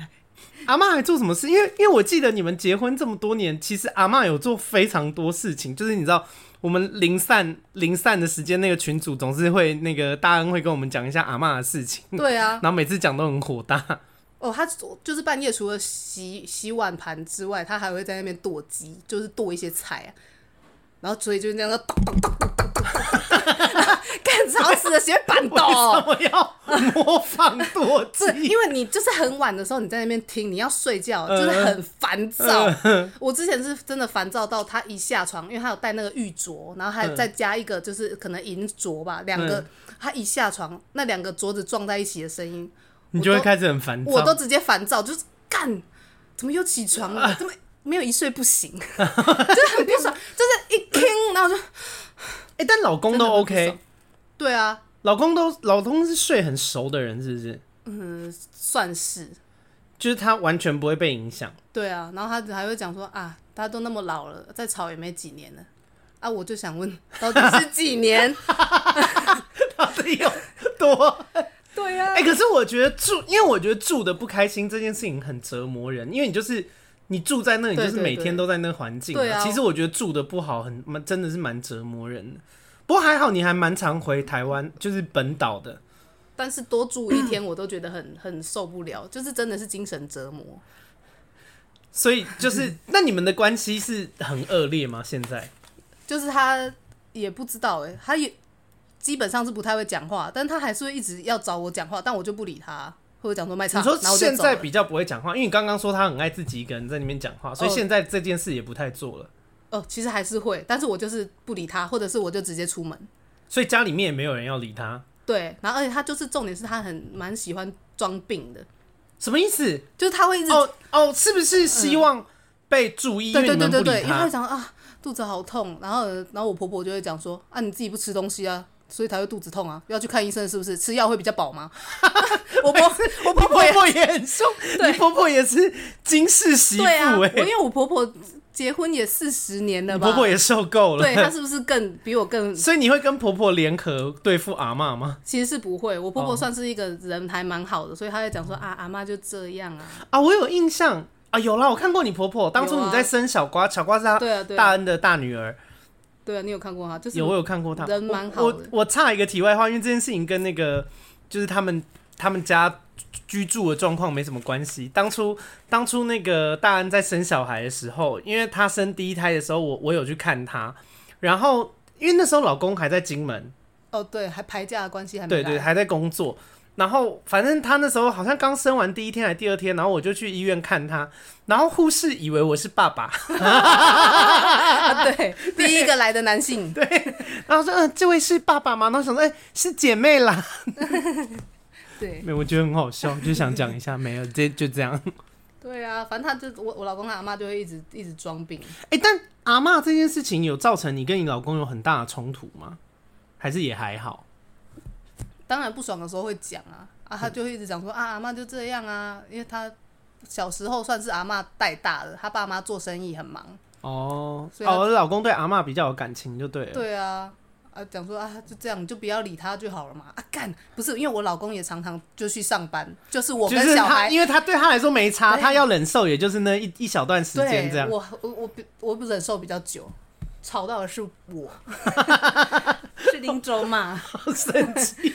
阿妈还做什么事？因为因为我记得你们结婚这么多年，其实阿妈有做非常多事情，就是你知道。我们零散零散的时间，那个群主总是会那个大恩会跟我们讲一下阿妈的事情，
对啊，
然后每次讲都很火 大。
哦，他就是半夜除了洗洗碗盘之外，他还会在那边剁鸡，就是剁一些菜啊。然后所以就这样，咚咚咚咚咚咚咚咚，干吵死了，谁会板
为
抖、
什么要模仿 多
是
次？
因为你就是很晚的时候你在那边听，你要睡觉，就是很烦躁。我之前是真的烦躁到他一下床，因为他有带那个玉镯，然后还再加一个就是可能银镯吧，两个、
嗯
他一下床那两个镯子撞在一起的声音，
你就会
我都
开始很烦躁。
我都直接烦躁，就是干，怎么又起床
啊
了？怎么没有一睡不 行？就是很不爽，就是一听，然后就
哎、但老公都
真的很不
OK，
爽对啊，
老公都老公是睡很熟的人，是不是？
嗯，算是。
就是他完全不会被影响。
对啊，然后他还会讲说啊，大家都那么老了，再吵也没几年了。啊，我就想问，到底是几 年？
到底有多？
对啊
哎、可是我觉得住，因为我觉得住的不开心这件事情很折磨人，因为你就是你住在那里，你
对
就是
对
每
对
天都在那个环境、
对啊
其实我觉得住的不好很，蛮真的是蛮折磨人的。不过还好，你还蛮常回台湾，就是本岛的。
但是多住一天，我都觉得很很受不了，就是真的是精神折磨。
所以 就是，那你们的关系是很恶劣吗？现在
就是他也不知道哎、他也基本上是不太会讲话，但他还是会一直要找我讲话，但我就不理他，或者讲说卖
你
唱。
说
然后我就
现
走
在
了
比较不会讲话，因为你刚刚说他很爱自己一个人在那边讲话，所以
哦
现在这件事也不太做了。
哦，其实还是会，但是我就是不理他，或者是我就直接出门。
所以家里面也没有人要理他，
对，然后而且他就是重点是他很蛮喜欢装病的，
什么意思？
就是他会一直
哦哦，是不是希望被注意？
对
因为
对
你
对
们不
对
理
对，因为他
他
会想啊，肚子好痛，然后然后我婆婆就会讲说啊，你自己不吃东西啊，所以才会肚子痛啊，要去看医生是不是？吃药会比较饱吗？ 我婆我婆
你
婆也
婆婆也 很凶，你婆婆也是金氏媳妇
对啊，我
哎、
因为我婆婆结婚也四十年了
你
吧，
婆婆也受够
对她
了。
是不是更比我更？
所以你会跟婆婆联合对付阿嬷吗？
其实是不会，我婆
哦
婆算是一个人还蛮好的，所以她会讲说啊，阿妈就这样啊，
啊，我有印象啊，有啦，我看过你婆婆，当初
有啊
你在生小瓜，小瓜是她
对啊对啊
大恩的大女儿，
对啊，你有看过她？就是
有我有看过她，
人蛮
我
好的
我我插一个题外话，因为这件事情跟那个就是他们他们家居住的状况没什么关系。当初当初那个大安在生小孩的时候，因为她生第一胎的时候，我我有去看她，然后因为那时候老公还在金门，
哦，对，还排假的关系还没
对对，
来
还在工作。然后反正她那时候好像刚生完第一天还第二天，然后我就去医院看她，然后护士以为我是爸 爸，
啊， 对，第一个来的男性，对
然后说嗯、这位是爸爸吗？然后想说哎、是姐妹啦，
对
没有，我觉得很好笑，就想讲一下，没有，这 就这样。
对啊，反正她就我我老公他阿妈就会一直一直装病，
哎、但阿嬷这件事情有造成你跟你老公有很大的冲突吗？还是也还好？
当然不爽的时候会讲啊啊，他就会一直讲说啊，阿妈就这样啊，因为他小时候算是阿嬷带大的，她爸妈做生意很忙。
哦，
所以他
哦，老公对阿嬷比较有感情就对了。
对啊，啊讲说啊就这样，你就不要理他就好了嘛。啊干，不是因为我老公也常常就去上班，就是我
就是
跟小
他，
孩。
因为他对他来说没差，
对
他要忍受也就是那一一小段时间这
对，
样。
我我我比我忍受比较久，吵到的是我， 是林州嘛？
生 气。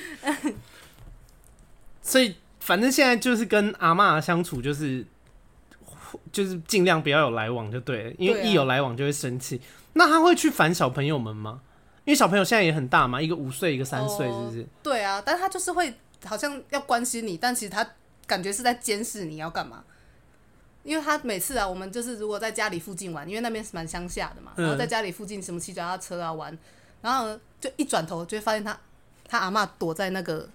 所以反正现在就是跟阿嬷相处，就是就是尽量不要有来往就对了，因为
对啊
一有来往就会生气。那他会去烦小朋友们吗？因为小朋友现在也很大嘛，一个五岁，一个 三岁，是不是？
对啊，但他就是会好像要关心你，但其实他感觉是在监视你要干嘛。因为他每次啊，我们就是如果在家里附近玩，因为那边是蛮乡下的嘛，
嗯
然后在家里附近什么骑脚踏车啊玩，然后呢就一转头就会发现他他阿嬷躲在那个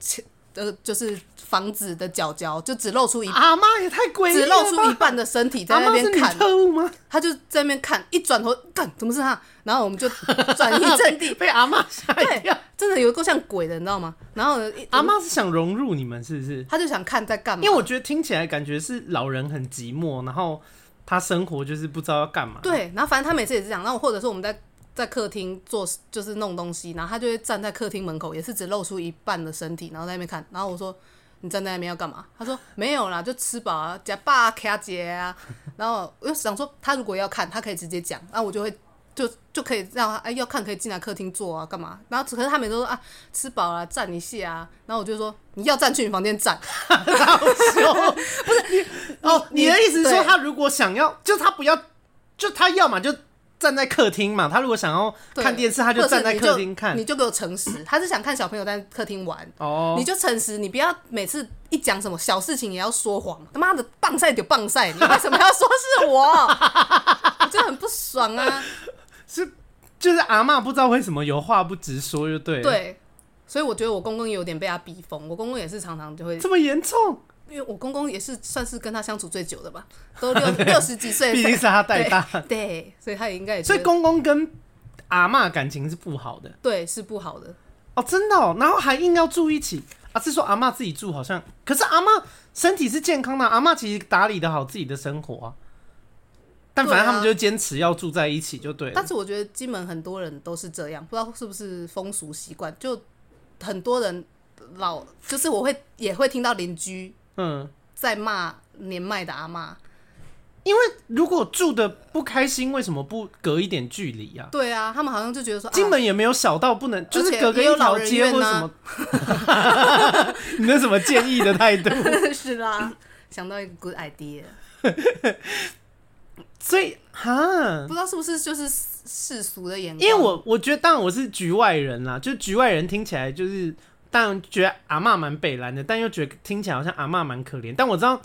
前呃就是房子的角角，就只露出一、
阿嬷也太诡异了
只露出一
吧！
半的身体在
阿
那
嬷是
边
女
看，
特务吗？
他就在那边看，一转头干怎么是他，然后我们就转移阵 地，
被阿嬷吓一跳
对。，真的有够像鬼的，你知道吗？然后呢，一
阿嬷是想融入你们，是不是？
他就想看在干嘛，
因为我觉得听起来感觉是老人很寂寞，然后他生活就是不知道要干嘛。
对，然后反正他每次也是这样，然后或者是我们在在客厅做就是弄东西，然后他就会站在客厅门口，也是只露出一半的身体，然后在那边看，然后我说。你站在那边要干嘛？他说没有啦，就吃饱啊，假爸卡姐啊。然后我就啊想说，他如果要看，他可以直接讲，那、我就会就就可以让他哎要看可以进来客厅坐啊，干嘛？然后可是他每次都说啊吃饱了、站一下啊。然后我就说你要站去你房间站，
好羞，不是哦？
你
你的意思是说，
对
他如果想要，就他不要，就他要嘛就站在客厅嘛，他如果想要
对
看电视，他
或者
站
是
在
你
客厅看
你。就给我诚实，他是想看小朋友在客厅玩，
哦
你，就诚实，你不要每次一讲什么小事情也要说谎，他妈的棒赛就棒赛，你为什么要说是我？ 我真的很不爽啊！
就是阿嬷不知道为什么有话不直说，就对了。，
对，所以我觉得我公公也有点被他逼疯，我公公也是常常就会，
这么严重，
因为我公公也是算是跟他相处最久的吧，都 六六十几岁，
毕竟是他带大，
对，对，所以他也应该也觉
所以
得
公公跟阿嬷感情是不好的
对是不好的，
哦，真的哦。然后还硬要住一起啊，是说阿嬷自己住好像，可是阿嬷身体是健康的，阿嬷其实打理的好自己的生活啊。但反正他们
对
就
啊
坚持要住在一起就对了。
但是我觉得金门很多人都是这样，不知道是不是风俗习惯，就很多人老就是我会也会听到邻居
嗯，
在骂年迈的阿嬷。
因为如果住的不开心，为什么不隔一点距离啊？
对啊，他们好像就觉得说，
金
啊、
门也没有小到不能，就是
且
隔个
也有
一条
老人
街
院
或什么
啊。
你那什么 建议的态 度？
是啦， 想到一个 good idea，
所以哈
不，知道是不是就是世俗的眼光，
因为我我觉得，当然我是局外人啦，就局外人听起来就是，当然觉得阿嬷蛮北蓝的，但又觉得听起来好像阿嬷蛮可怜。但我知道，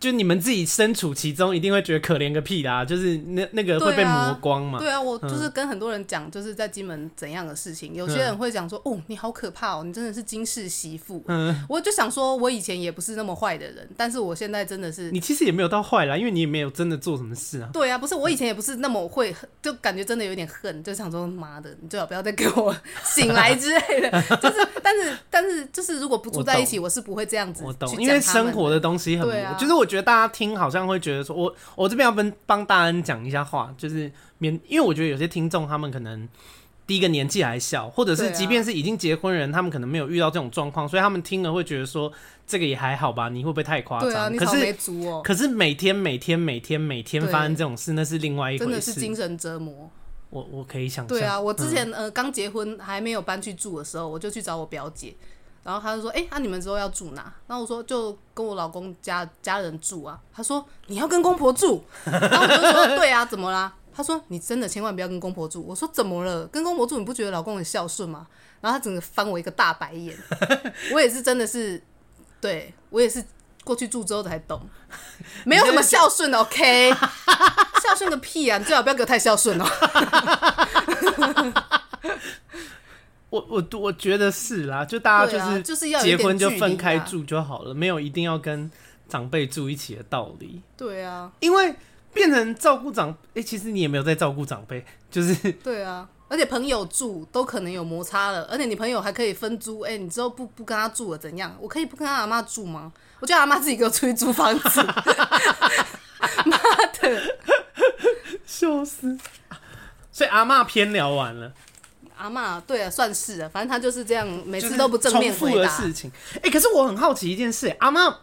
就你们自己身处其中，一定会觉得可怜个屁啦，就是那那个会被
对啊
磨光嘛。
对啊，我就是跟很多人讲，就是在金门怎样的事情，
嗯
有些人会讲说，哦，你好可怕哦，你真的是金氏媳妇。
嗯，
我就想说，我以前也不是那么坏的人，但是我现在真的是
你其实也没有到坏啦，因为你也没有真的做什么事啊。
对啊，不是我以前也不是那么会，就感觉真的有点恨，就想说妈的，你最好不要再给我 醒来之类的。就是，但是但是就是如果不住在一起，我是不会这样子
我懂
去，
因为
讲他们
生活的东西很模糊，
对啊
就是我觉得大家听好像会觉得说，我我这边要帮帮大恩讲一下话，就是免，因为我觉得有些听众他们可能第一个年纪还小，或者是
对啊
即便是已经结婚人，他们可能没有遇到这种状况，所以他们听了会觉得说这个也还好吧，你会不会太夸
对啊，
张？
你
可
草莓
是
族哦、
可是每天每天每天每天
对
发生这种事，那是另外一
真
回
的是精
事。
神折磨。
我我可以想象，嗯
对啊，我之前、呃刚结婚还没有搬去住的时候，我就去找我表姐，然后她就说：“哎、那、你们之后要住哪？”然后我说：“就跟我老公家家人住啊。”她说：“你要跟公婆住？”然后我就说：“对啊，怎么啦？”她说：“你真的千万不要跟公婆住。”我说：“怎么了？跟公婆住你不觉得老公很孝顺吗？”然后她整个翻我一个大白眼，我也是真的是，对我也是过去住之后才懂，没有什么孝顺的，OK。孝顺个屁啊！你最好不要给我太孝顺哦。
我我我觉得是啦，就大家
对
就
啊
是
就是要有
结
一点
婚就
距离
分开
啦
住就好了，没有一定要跟长辈住一起的道理。
对啊，
因为变成照顾长，哎、其实你也没有在照顾长辈，就是
对啊，而而且朋友住都可能有摩擦了，而且你朋友还可以分租，哎、你之后不不跟他住了怎样？我可以不跟他阿妈住吗？我叫阿妈自己给我出去租 房子，妈的，
笑死！啊所以阿嬷偏聊完了，
阿妈对啊，算是啊，反正他就是这样，每
就
次
是
都不正面
重
回
复的
答。
事情。哎、可是我很好奇一件事、阿嬷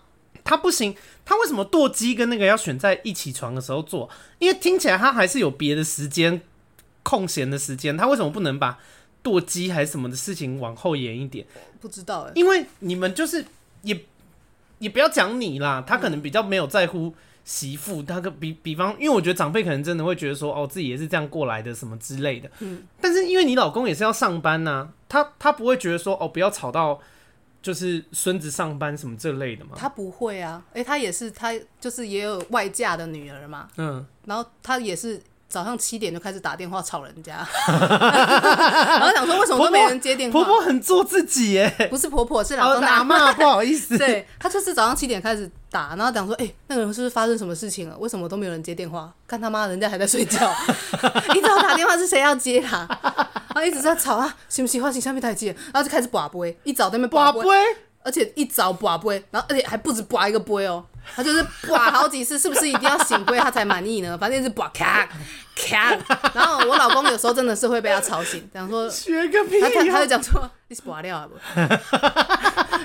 她不行，她为什么剁鸡跟那个要选在一起床的时候做？因为听起来她还是有别的时间空闲的时间，她为什么不能把剁鸡还是什么的事情往后延一点？
不知道哎、
因为你们就是也也不要讲你啦，他可能比较没有在乎媳妇，他个比比方，因为我觉得长辈可能真的会觉得说，哦，自己也是这样过来的什么之类的。嗯，但是因为你老公也是要上班呐、他他不会觉得说，哦，不要吵到就是孙子上班什么这类的嘛。
他不会啊，哎、他也是，他就是也有外嫁的女儿嘛，
嗯，
然后他也是早上七点就开始打电话吵人 家，然后想说为什么都没人接电话？
婆婆很做自己耶，
不是婆婆，是老
哦，
公的阿
打
嬷
骂不好意思。
对他就是早上七点开始打，然后讲说，哎、那个人是不是发生什么事情了？为什么都没有人接电话？看他妈，人家还在 睡觉，一直要打电话是谁要接他？然后一直在吵啊，行不行？唤醒下面台阶，然后就开始拔杯，一早在那边
哇
拔
不
杯，
会，
而且一早拔杯，然后而且还不止拔一个杯哦，他就是拔好几次，是不是一定要醒杯他才满意呢？反正一直拔咔咔，然后我老公有时候真的是会被他吵醒，讲说
学个屁哦
他 他他
呀、
就讲说你是拔掉啊不，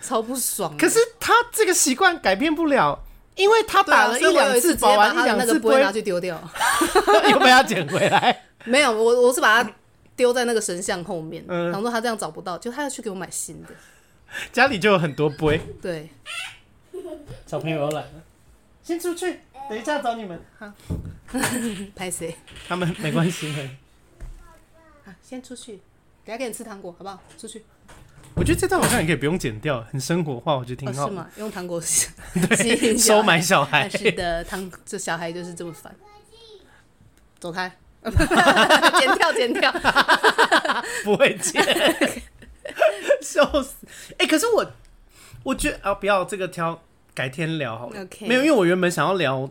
超不爽的。
可是他这个习惯改变不了，因为他
对啊
打了一
所以我有
两
一次
次，
直接
保
把
完一
他的
两
那
次
个杯
杯
拿去丢掉，
又被他捡回来。
没有我我是把它丢在那个神像后面，
嗯
然后他这样找不到，就他要去给我买新的。
家里就有很多杯。
对，
小朋友来了，先出去，等一下找你们。
拍谁？
他们没关系的。
啊，先出去，等下给你吃糖果好不好？出去。
我觉得这段好像也可以不用剪掉，很生活化，我觉得挺
哦，
好。
是吗？用糖果 吸引小
收
孩
买小
啊
孩，
是的，糖这小孩就是这么烦。走开，剪掉，剪掉。
不会 剪，笑死！哎、可是我，我觉得啊，不要这个挑，改天聊好了。
OK
没有，因为我原本想要聊，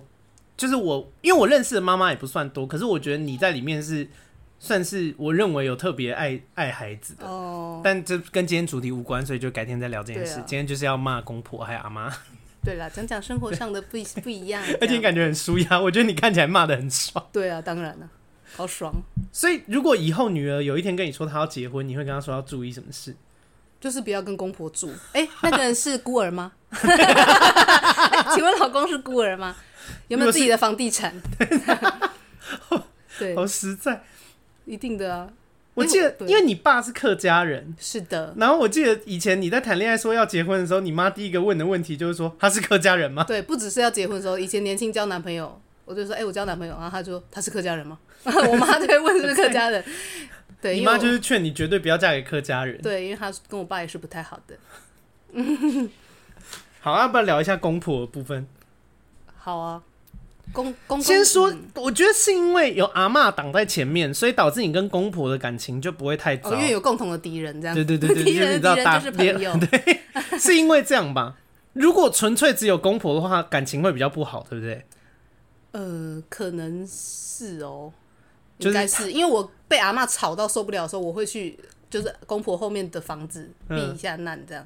就是我，因为我认识的妈妈也不算多，可是我觉得你在里面是算是我认为有特别爱爱孩子的。
哦，
但这跟今天主题无关，所以就改天再聊这件事。
对啊
今天就是要骂公婆还有阿妈，
对了，讲讲生活上的不一不一 样，
而且
这样
感觉很舒压。我觉得你看起来骂的很爽。
啊对啊，当然了，好爽。
所以如果以后女儿有一天跟你说她要结婚，你会跟她说要注意什么事？
就是不要跟公婆 住。哎、那个人是孤儿吗？哎请问老公是孤儿吗？有没有自己的房地产？ 对，
好实在。
一定的啊，
我记得，
对
因为你爸是客家人，
是的，
然后我记得以前你在谈恋爱说要结婚的时候，你妈第一个问的问题就是说他是客家人吗？
对，不只是要结婚的时候，以前年轻交男朋友，我就说，哎、我交男朋友，然后他就他是客家人吗？ 我妈就会问是不是客家人，对，
你
因为
妈
我
就是劝你绝对不要嫁给客家人。
对，因为他跟我爸也是不太好的。
好，啊要不要聊一下公婆的部分？
好啊，公公
先说
嗯，
我觉得是因为有阿嬷挡在前面，所以导致你跟公婆的感情就不会太糟。
哦，因为有共同的敌人，这样
对对对对，
敌
就是你
人
知
的
道
敌
大
人就是 朋友，
是因为这样吧？如果纯粹只有公婆的话，感情会比较不好，对不对？
呃，可能是哦，
就是
应该是因为我被阿嬷吵到受不了的时候，我会去就是公婆后面的房子避
嗯
一下难，这样、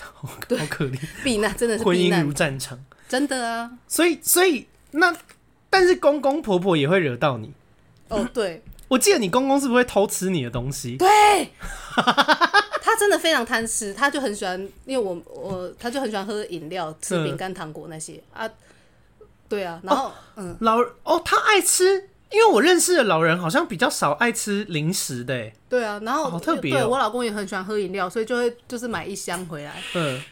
好好可怜，
避难真的是
婚
避
姻
难
如，战场。
真的啊。
所以，所以那但是公公婆婆也会惹到你。
哦，对
我记得你公公是不是会偷吃你的东西？
对，他真的非常贪吃，他就很喜欢，因为我我他就很喜欢喝饮料、吃
嗯
饼干、糖果那些啊。对啊，然后、嗯，
老哦，他爱吃，因为我认识的老人好像比较少爱吃零食的欸。
对啊，然后、
好特别哦
对我老公也很喜欢喝饮料，所以就会就是买一箱回来。
嗯，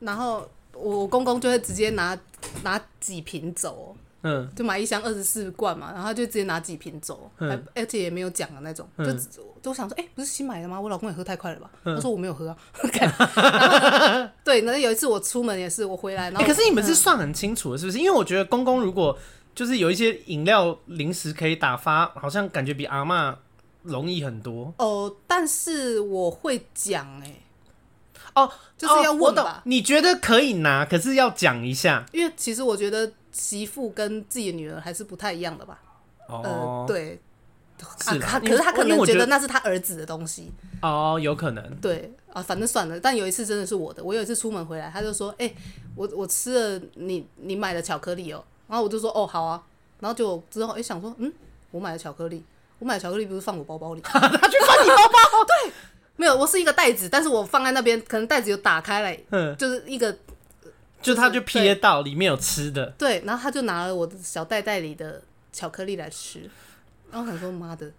然后我公公就会直接拿拿几瓶走，哦
嗯，
就买一箱二十四罐嘛，然后他就直接拿几瓶走，
嗯
还而且也没有讲的那种，
嗯
就只就想说，哎、不是新买的吗？我老公也喝太快了吧？
嗯
他说我没有喝啊。 然 后对，那有一次我出门也是，我回来，然后、
欸可是你们是
嗯
算很清楚的，是不是？因为我觉得公公如果就是有一些饮料、零食可以打发，好像感觉比阿嬷容易很多。
哦，但是我会讲哎、
哦，
就是要
哦我
问
懂
吧
你觉得可以拿，可是要讲一下
因为其实我觉得媳妇跟自己的女儿还是不太一样的吧。呃
哦，，
对，
是啦
啊，他
因
可
为
是他可
因为
能
我
觉
觉
得
得
那是他儿子的东西，
哦，有可能，
对啊，反正算了。但有一次真的是我的，我有一次出门回来，他就说：“哎、我我吃了你你买的巧克力哦。”然后我就说：“哦，好啊。”然后就之后哎、想说，嗯，我买的巧克力，我买的巧克力不是放我包 包里，他去放你包包，对，没有，我是一个袋子，但是我放在那边，可能袋子有打开来，
嗯，
就是一个
就他就瞥到里面有吃的，
对，然后他就拿了我的小袋袋里的巧克力来吃，然后我想 说妈的，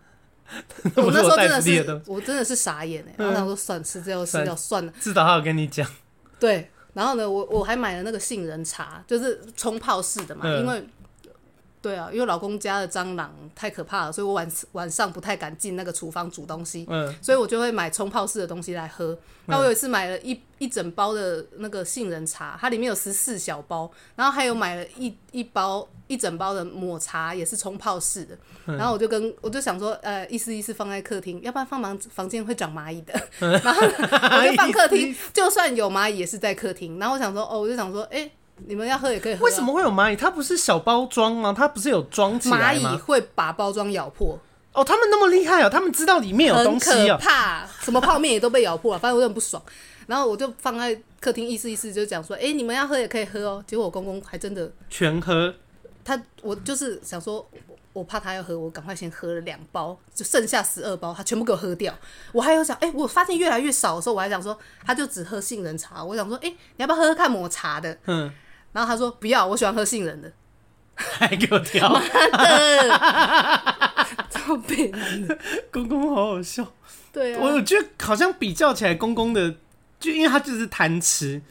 不
我那
是
时候真
袋
的
子里的
是
东西。嗯
我真的是傻眼哎、然后我想说算吃掉吃掉算了，
至少他有跟你讲，
对，然后呢我我还买了那个杏仁茶，就是冲泡式的嘛，
嗯
因为。对啊，因为老公家的蟑螂太可怕了，所以我晚晚上不太敢进那个厨房煮东西，
嗯，
所以我就会买冲泡式的东西来喝。那我有一次买了一一整包的那个杏仁茶，它里面有十四小包，然后还有买了一一包一整包的抹茶，也是冲泡式的。
嗯
然后我就跟我就想说，呃，一丝一丝放在客厅，要不然放房房间会长蚂蚁的。
嗯
然后我就放 客厅，就算有蚂蚁也是在客厅。然后我想说，哦，我就想说，哎、你们要喝也可以喝啊、
为什么会有蚂蚁？它不是小包装吗？它不是有装起
蚂
来
蚁
吗？
会把包装咬破？
哦，他们那么厉害哦，他们知道里面有
很
东
可
西哦。
怕，什么泡面也都被咬破了，反正我有点不爽。然后我就放在客厅意思意思，就讲说，哎、你们要喝也可以喝哦。结果我公公还真的，
全喝，
他我就是想说，我我怕他要喝，我赶快先喝了两包，就剩下十二包，他全部给我喝掉。我还有想，哎、我发现越来越少的时候，我还想说，他就只喝杏仁茶。我想说，哎、你要不要喝喝看抹茶的？
嗯，
然后他说不要，我喜欢喝杏仁的。
还给我挑，
超北南的，
公公好好笑。
对
我
啊，
我觉得好像比较起来，公公的，就因为他就是贪吃，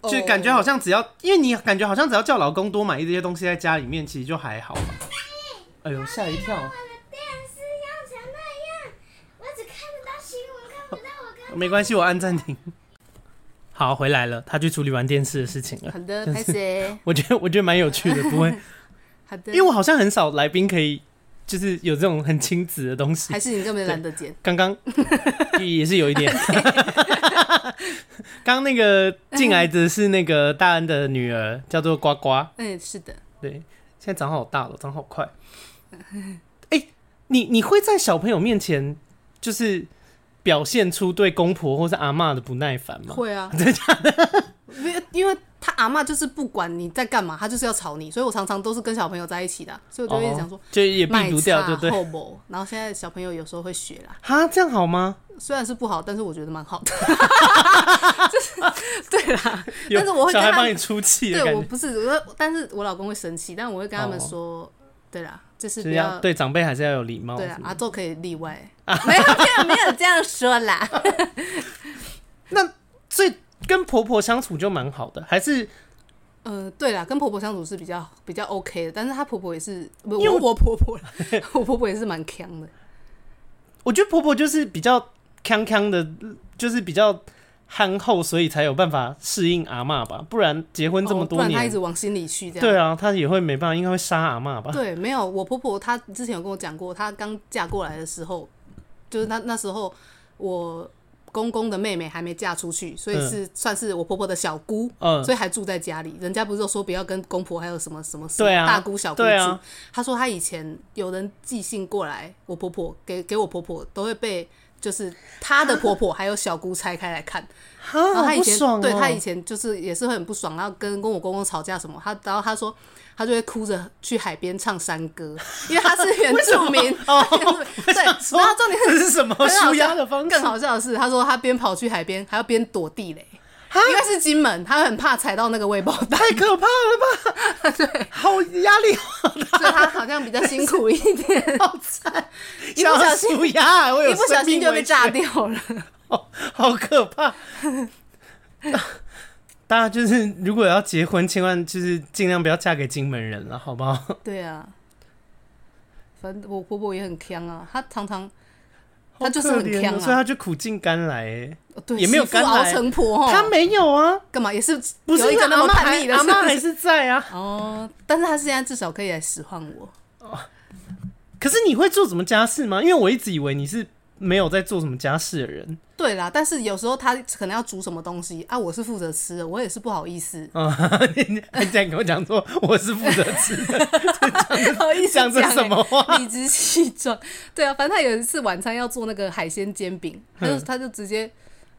哦
就感觉好像只要，因为你感觉好像只要叫老公多买一些东西在家里面，其实就还好嘛。哎呦，吓一跳！
我的电视要成那样，我只看得到新闻，看不到我跟
没关系，我按暂停。好，回来了，他去处理完电视的事 情了。
好 的，拍谁？
我觉得我觉得蛮有趣的，不会，
好的，
因为我好像很少来宾可以，就是有这种很亲子的东西
还。是你根本懒得剪。
刚刚也是有一点， 刚刚那个进来的是那个大恩的女儿，叫做呱呱。
嗯，是的，
对，现在长好大了，长好快。 哎、你你会在小朋友面前就是表现出对公婆或是阿嬷的不耐烦吗？
会啊， 真的因为因为他阿嬷就是不管你在干嘛，他就是要吵你，所以我常常都是跟小朋友在一起的啊，所以我就会想说
哦，就也避
卖
不掉，就对。
后某，然后现在小朋友有时候会学啦，
哈，这样好吗？
虽然是不好，但是我觉得蛮 好的，就是对啦，
有
但是我会
小
跟
孩
他
帮你
们，
出气的
对
感
我
觉，
不是，我但是我老公会生气，但我会跟他们
哦
说，对啦，就是
就
不
是
要哦
要对长辈还是要有礼貌。
对啦啊
是，吗
阿宙可以例 外，没有没有没有这样说啦，
那所以跟婆婆相处就蛮好的，还是
呃，对啦，跟婆婆相处是比较比较 OK 的，但是她婆婆也是，不
因为
我我婆婆啦， 我婆婆也是蛮强的，
我觉得婆婆就是比较康康的，就是比较憨厚，所以才有办法适应阿嬷吧。不然结婚这么
哦
多
不然她一
年，
直往心里去这样。
对啊，啊她也会没办法，应该会杀阿嬷吧。
对，没有，我婆婆她之前有跟我讲过，她刚嫁过来的时候，就是她那时候我公公的妹妹还没嫁出去，所以
嗯
是、算是我婆婆的小姑。
嗯，
所以还住在家里，人家不是都说不要跟公婆还有什么什么什么
对啊
大姑小姑住？
对啊
她说她以前有人寄信过来，我婆婆给给我婆婆都会被就是她的婆婆还有小姑拆开来看，
哈，
然
啊
后
好
她以
不
前、
爽哦。
对她以前就是也是会很不爽，然后跟跟我公公吵架什么，她然后她说她就会哭着去海边唱山 歌，因为她是原住民，
哦，
对，然
想说
后重点
这
是
是什么
很好
舒压
笑
的方式？
更好笑的是，她说她边跑去海边还要边躲地雷。因为是金门，她很怕踩到那个未爆弹，
太可怕了吧？对，好压力好 大，
所以她好像比较辛苦一点，
好惨，
一不小心
想要舒压，我有
一不小
生
心
命
就
危
被炸
险
掉了。
哦，好可怕！大家就是如果要结婚，千万就是尽量不要嫁给金门人了，好不好？
对啊，反正我婆婆也很强啊，她常常她就是
好可
很
怜
强
哦所以
啊，
她就苦尽甘来欸。
对，
也没有
媳妇
干
熬
来
成婆哦，
她没有啊，
干嘛也是
不是
有一
因为
个那
阿
么
妈
叛逆
还
的
阿
是不
妈
是
还是在啊。
哦，但是她现在至少可以来使唤我，
可是你会做什么家事吗？因为我一直以为你是没有在做什么家事的人，，
对啦，但是有时候他可能要煮什么东西啊，我是负责吃的，我也是不好意思
啊、你还这样跟我讲说我是负责吃的，
不好意思
讲这
欸
什么话？
理直气壮。对啊，反正他有一次晚餐要做那个海鲜煎饼，他
嗯
就他就直接，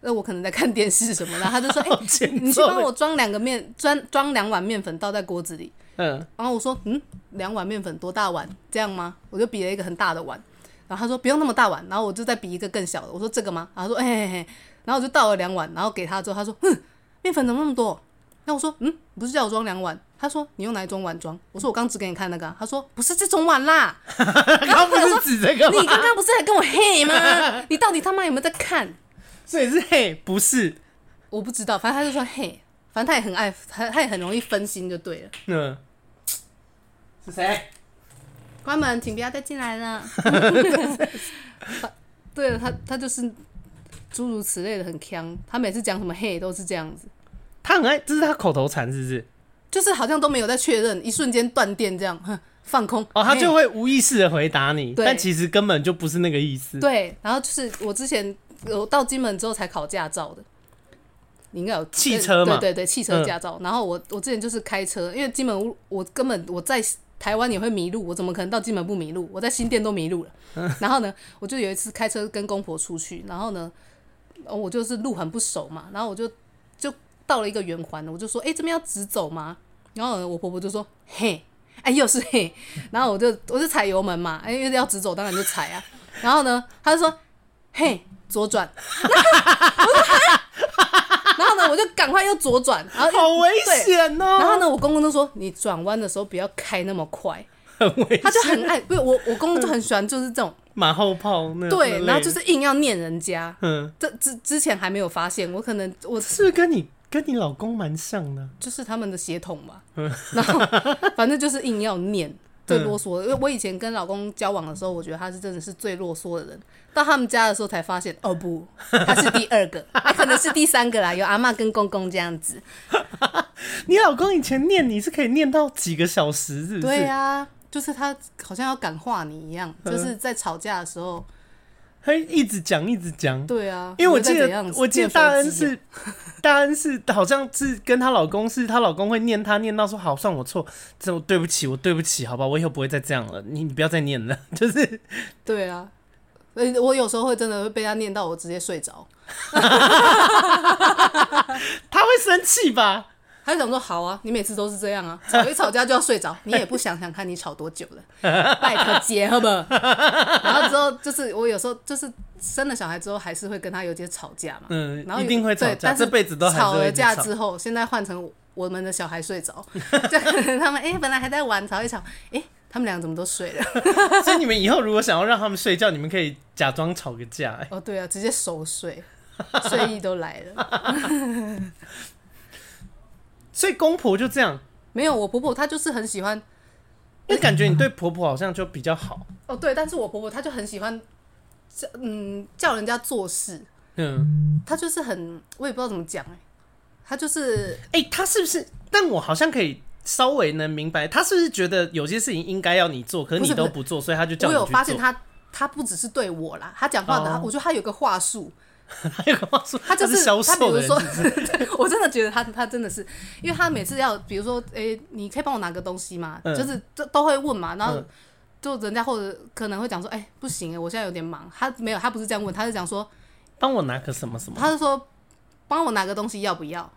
那我可能在看电视什么的，他就 说：“哎、
好欸欠揍
你去帮我装两个面，装装两碗面粉倒在锅子里。”
嗯，
然后我说：“ 嗯，两碗面粉多大碗？这样吗？”我就比了一个很大的碗。然后他说：“不用那么大碗。”然后我就再比一个更小的。我说：“这个吗？”然后他说：“哎、嘿嘿嘿。”然后我就倒了两碗，然后给他之后，他说：“嗯，面粉怎么那么多？”那我说：“嗯，不是叫我装两碗。”他说：“你用哪一种碗装？”我说：“我刚只给你看那个啊。”他说：“不是这种碗啦。”
他不是指这个
你
吗？
刚刚不是还跟我嘿吗？你到底他妈有没有在看？
所以是嘿，不是，
我不知道，反正他就说嘿，反正他也很爱，他他也很容易分心就对了。
嗯，是谁？
关门，请不要再进来了。对了，他他就是诸如此类的很强，他每次讲什么嘿都是这样子，
他很爱，这是他口头禅，是不是？
就是好像都没有在确认，一瞬间断电这样，哼放空。
哦，他
嘿
就会无意识的回答你，
对
但其实根本就不是那个意思。
对，然后就是我之前我到金门之后才考驾照的，你应该有
汽车嘛嗯
对对对，汽车驾照。然后我我之前就是开车，因为金门我根本我在台湾也会迷路，我怎么可能到金门不迷路？我在新店都迷 路了。然后呢，我就有一次开车跟公婆出去，然后呢，呃我就是路很不熟嘛，然后我就就到了一个圆环，我就说，哎、这边要直走吗？然后呢我婆婆就说，嘿。 哎，又是嘿，然后我就我就踩油门嘛，哎，因为要直走，当然就踩啊。然后呢，他就说：“嘿，左转。” 然后我就然后呢，我就赶快又左转，然后又
好危
哦对
险哦！
然后呢，我公公就说：“你转弯的时候不要开那么快。
很危”
他就很爱，不是我，我公公就很喜欢就是这种
马后炮那那
对，
类
然后就是硬要念人家。
嗯，
这之之前还没有发现，我可能我
是不是跟你跟你老公蛮像的？啊
就是他们的血统 嘛，然后反正就是硬要念。
嗯
最啰嗦的，因为我以前跟老公交往的时候，我觉得他是真的是最啰嗦的人。到他们家的时候才发现，哦不，他是第二 个，哎可能是第三个啦，有阿嬷跟公公这样子。
你老公以前念你是可以念到几个小时，是不是？
对啊，就是他好像要感化你一样，
嗯
就是在吵架的时候，
他一直讲一直讲。
对啊，
因为我
你又在
记
怎样
得，我记得
变手
大恩
机啊
是，大恩是好像是跟她老公是，她老公会念她，念到说好，算我错，这我对不起，我对不起，好吧，我以后不会再这样了，你你不要再念了， 就是
对啊，所以我有时候会真的会被他念到我直接睡着，
他会生气 吧？
他就想说：“好啊，你每次都是这样啊，吵一吵架就 要睡着，你也不想想看你吵多久了，拜托结好不好？”然后之后就是我有时候就是生了小孩之后，还是会跟他有点吵架嘛，
嗯
然后
一定会吵架
对但是
这辈子都还是会
吵了架
一直吵
之后，现在换成我们的小孩睡着，就可能他们哎、本来还在玩，吵一吵，哎、他们俩怎么都睡 了？
所以你们以后如果想要让他们睡觉，你们可以假装吵个架、欸
哦，对啊，直接熟睡，睡意都来 了。
所以公婆就这样，
没有，我婆婆她就是很喜欢
那感觉你对婆婆好像就比较好，
哦，对，但是我婆婆她就很喜欢叫嗯叫人家做事。
嗯，
他就是很，我也不知道怎么讲哎、他就是
哎、她是不是？但我好像可以稍微能明白，她是不是觉得有些事情应该要你做，可是
不
你
是
都
不是
不做，所以她就叫
我
你去
有
做。
发现他，他不只是对我啦，他讲话的，
哦
我觉得他有个话术，
还有个话说，
他就是
是销
他比
售
如
的人
说
是不是，
我真的觉得他他真的是，因为他每次要，比如说，哎、你可以帮我拿个东西吗？
嗯
就是都都会问嘛，然后
嗯
就人家或者可能会讲说，哎、不行、我现在有点忙。他没有，他不是这样问，他是讲说，
帮我拿个什么什么，
他是说帮我拿个东西要不要？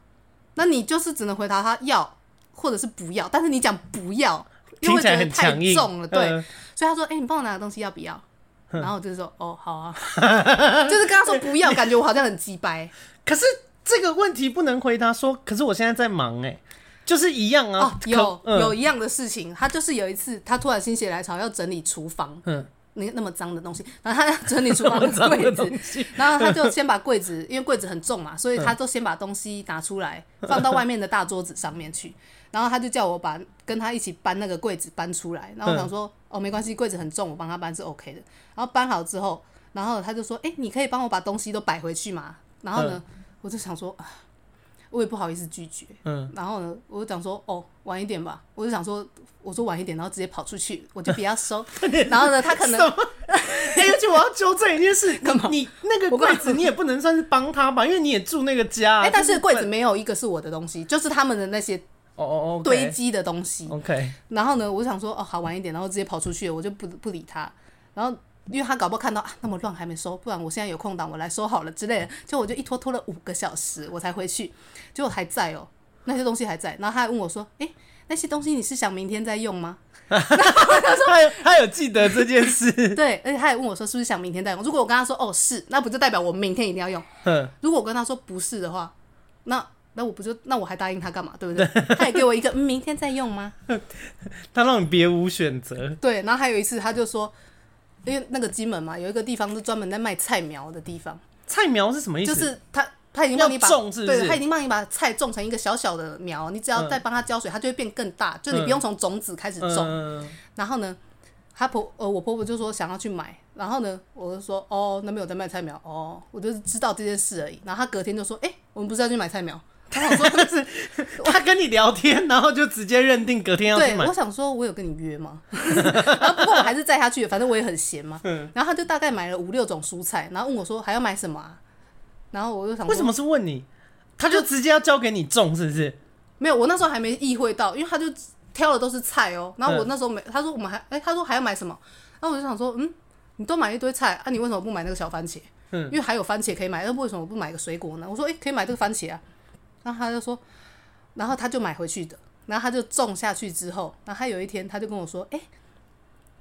那你就是只能回答他要或者是不要，但是你讲不要，又
听
会
起
觉
来
得
很
太
强硬，
重了，对。
嗯
所以他说：“哎、你帮我拿个东西要不要？”然后我就说：“哦，好啊。” 就是跟他说不要，感觉我好像很鸡掰
可是这个问题不能回答说，可是我现在在忙哎、就是一样
哦
啊。。可
有
嗯
有一样的事情，他就是有一次，他突然心血来潮要整理厨房，
嗯，
那那么脏的东西，然后他要整理厨 房
脏的
的柜
东
子，
西，
然后 他就先把柜子，因为柜子很重嘛，所以
嗯
他就先把东西拿出来，放到外面的大桌子上面去。然后他就叫我把跟他一起搬那个柜子搬出来。然后
嗯
我想说，哦，没关系，柜子很重，我帮他搬是 OK 的。然后搬好之后，然后他就说，哎、你可以帮我把东西都摆回去嘛？然后呢，我就想说，啊我也不好意思拒绝。
嗯，
然后呢，我就讲说，哦，晚一点吧。我就想说，我说晚一点，然后直接跑出去，我就不要 收。然后呢，他可能
什么？ 哎、而且我要纠正一件事，
干嘛
你你那个柜子你也不能算是帮他吧，因为你也住那个家啊。
哎、但
就是
柜子没有一个是我的东西，就是他们的那些
哦哦哦，
堆积的东西。
OK，
然后呢，我想说哦，好晚一点，然后直接跑出去了，我就不不理他。然后因为他搞不好看到啊那么乱还没收，不然我现在有空档我来收好了之类的。就我就一拖拖了五个小时，我才回去，结果还在哦，那些东西还在。然后他还问我说，诶，那些东西你是想明天再用吗？
他有他有记得这件事，
对，而且他也问我说是不是想明天再用？如果我跟他说哦是，那不就代表我明天一定要用？
哼，
如果我跟他说不是的话，那那我不就那我还答应他干嘛？对不对？他也给我一个、嗯、明天再用吗？
他让你别无选择。
对，然后还有一次他就说，因为那个金门嘛，有一个地方是专门在卖菜苗的地方，
菜苗是什么意思？
就是他他已经帮你把
要种是不是
对，他已经帮你把菜种成一个小小的苗，你只要再帮他浇水，它就会变更大，就你不用从种子开始种。
嗯，
然后呢，他婆呃我婆婆就说想要去买，然后呢我就说哦那边有在卖菜苗哦，我就是知道这件事而已。然后他隔天就说哎、我们不是要去买菜苗， 他想说
他跟你聊天，然后就直接认定隔天要去
对，
买
我。想说，我有跟你约吗？ 然后不过我还是载他去，反正我也很 闲嘛。
嗯
然后他就大概买了五六种蔬菜，然后问我说还要买什么啊？然后我就想说
为什么是问你？他就直接要交给你种，是不是？
没有？我那时候还没意会到，因为他就挑的都是菜哦、然后我
嗯
那时候没，他说我们还哎、他说还要买什么？然后我就想说，嗯，你都买一堆菜啊，你为什么不买那个小番茄？
嗯
因为还有番茄可以买，那为什么不买个水果呢？我说哎、可以买这个番茄啊。然后他就说，然后他就买回去的，然后他就种下去之后，然后他有一天他就跟我说，哎、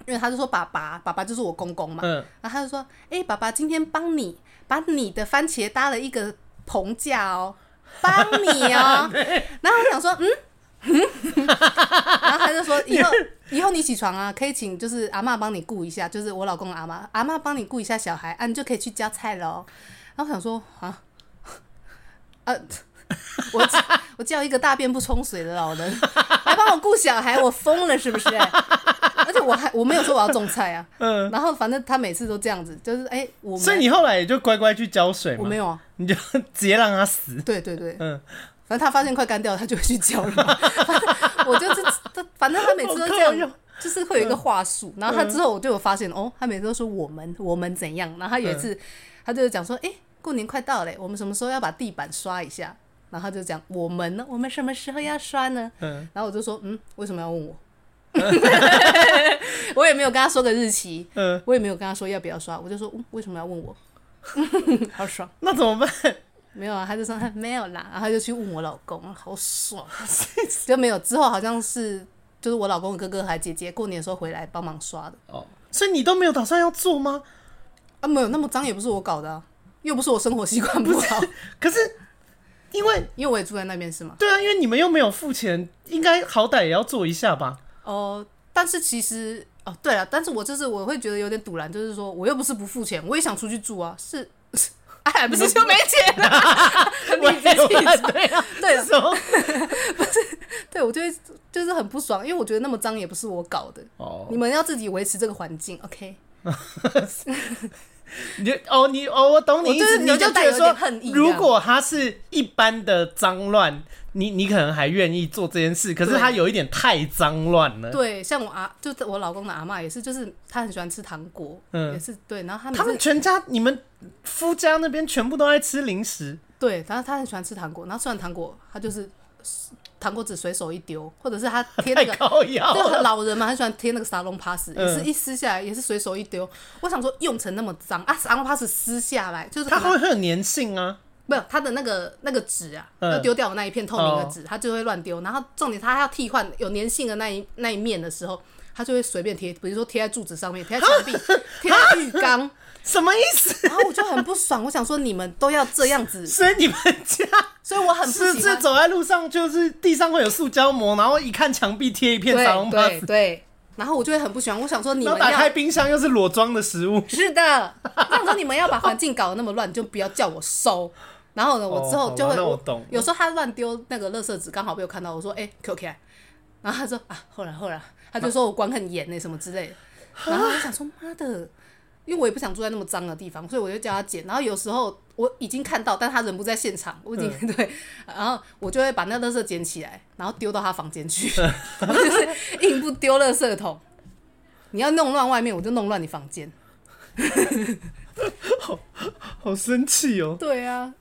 因为他就说爸爸，爸爸就是我公公嘛，
嗯，
然后他就说，哎、爸爸今天帮你把你的番茄搭了一个棚架哦，帮 你哦。然后我想说，嗯。嗯然后他就说：“以后以后你起床啊，可以请就是阿嬷帮你顾一下，就是我老公的阿嬷，阿嬷帮你顾一下小孩啊，你就可以去浇菜喽。”然后我想说啊，呃、我我叫一个大便不冲水的老人来帮我顾小孩，我疯了是不是？而且我还我没有说我要种菜啊，
嗯
然后反正他每次都这样子，就是哎、我们
所以你后来也就乖乖去浇水
我
嘛
没，有啊，
你就 直接让他死。
对对对，
嗯，
反正他发现快干掉了，他就会去浇了嘛。反正我就是他，反正他每次都
好
这
靠嗯
样
腰，
就是会有一个话术。然后他之后我就有发现，哦，他每次都说我们我们怎样。然后他有一
嗯
次，他就讲说，哎、过年快到了，我们什么时候要把地板刷一下？然后他就讲我们呢，我们什么时候要刷呢？
嗯
然后我就说，嗯，为什么要 问我？我也没有跟他说个日期，
嗯，
我也没有跟他说要不要刷，我就说、嗯、为什么要问我？ 好爽，
那怎么办？
没有啊，他就说 哎没有啦，然后他就去问我老公，好爽，啊 就没有。之后好像是就是我老公的哥哥还姐姐过年的时候回来帮忙刷的
哦，所以你都没有打算要做吗？
啊，没有那么脏也不是我搞的、啊，又不是我生活习惯 不好，
可是因为
因为我也住在那边是吗？
对啊，因为你们又没有付钱，应该好歹也要做一下 吧？
哦、但是其实哦，对了，但是我就是我会觉得有点堵然，就是说我又不是不付钱，我也想出去住啊，是， 哎，不是就没钱了、
我
你自己说
对啊，
对
是什
了，
么？
对我就会就是很不爽，因为我觉得那么脏也不是我搞的，
哦
你，们要自己维持这个环境，OK。
你就哦，你哦，我懂你意
我就
思，
是
你
有
就觉
点带
得
有
说
点恨意，这
如
样
果他是一般的脏乱，你你可能还愿意做这件事，可是
对
他有一点太脏乱了。
对，像我阿，就是我老公的阿嬷也是，就是他很喜欢吃糖果，
嗯
也是对，然后他每
他们
次
全家，你们夫家那边全部都爱吃零食，
对，然后他很喜欢吃糖果，然后吃完糖果，他就是糖果纸随手一丢，或者是他贴
太
那个。
高腰
对，
了。
老人嘛，很喜欢贴那个沙龙 pass，也是
嗯
一撕下来也是随手一丢。我想说，用成那么脏啊，沙龙 pass 撕下来就是
它
可能
会很有粘性啊，
没有它的那个那个纸啊，
嗯
要丢掉的那一片透明的
哦
纸，它就会乱丢。然后重点，它要替换有粘性的那一那一面的时候，它就会随便贴，比如说贴在柱子上面，贴在墙壁，贴在浴缸，
什么意思？
然后我就很不爽，我想说你们都要这样子，
所以你们家
所以我很不
是
喜
是
欢。
走在路上，就是地上会有塑胶膜，然后一看墙壁贴一片沙龙
对
巴
对
斯，
对，然后我就会很不喜欢，我想说你
然
们
后打开
要
冰箱又是裸装的食物。
是的，我想说你们要把环境搞得那么乱，你就不要叫我收。然后呢，我之后就
哦好吧
会，
那我懂
有时候他乱丢那个垃圾纸，刚好被我看到，我说：“哎、扣起来。”然后 他说：“啊，后来后来。”他就说我管很严呢、什么之类的。然后我想说：“妈的，因为我也不想住在那么脏的地方，所以我就叫他捡。然后有时候我已经看到，但他人不在现场，我已经、
嗯
对，然后我就会把那垃圾捡起来，然后丢到他房 间去，我就是硬不丢垃圾桶。你要弄乱外面，我就弄乱你房间。
好生气哦！
对啊，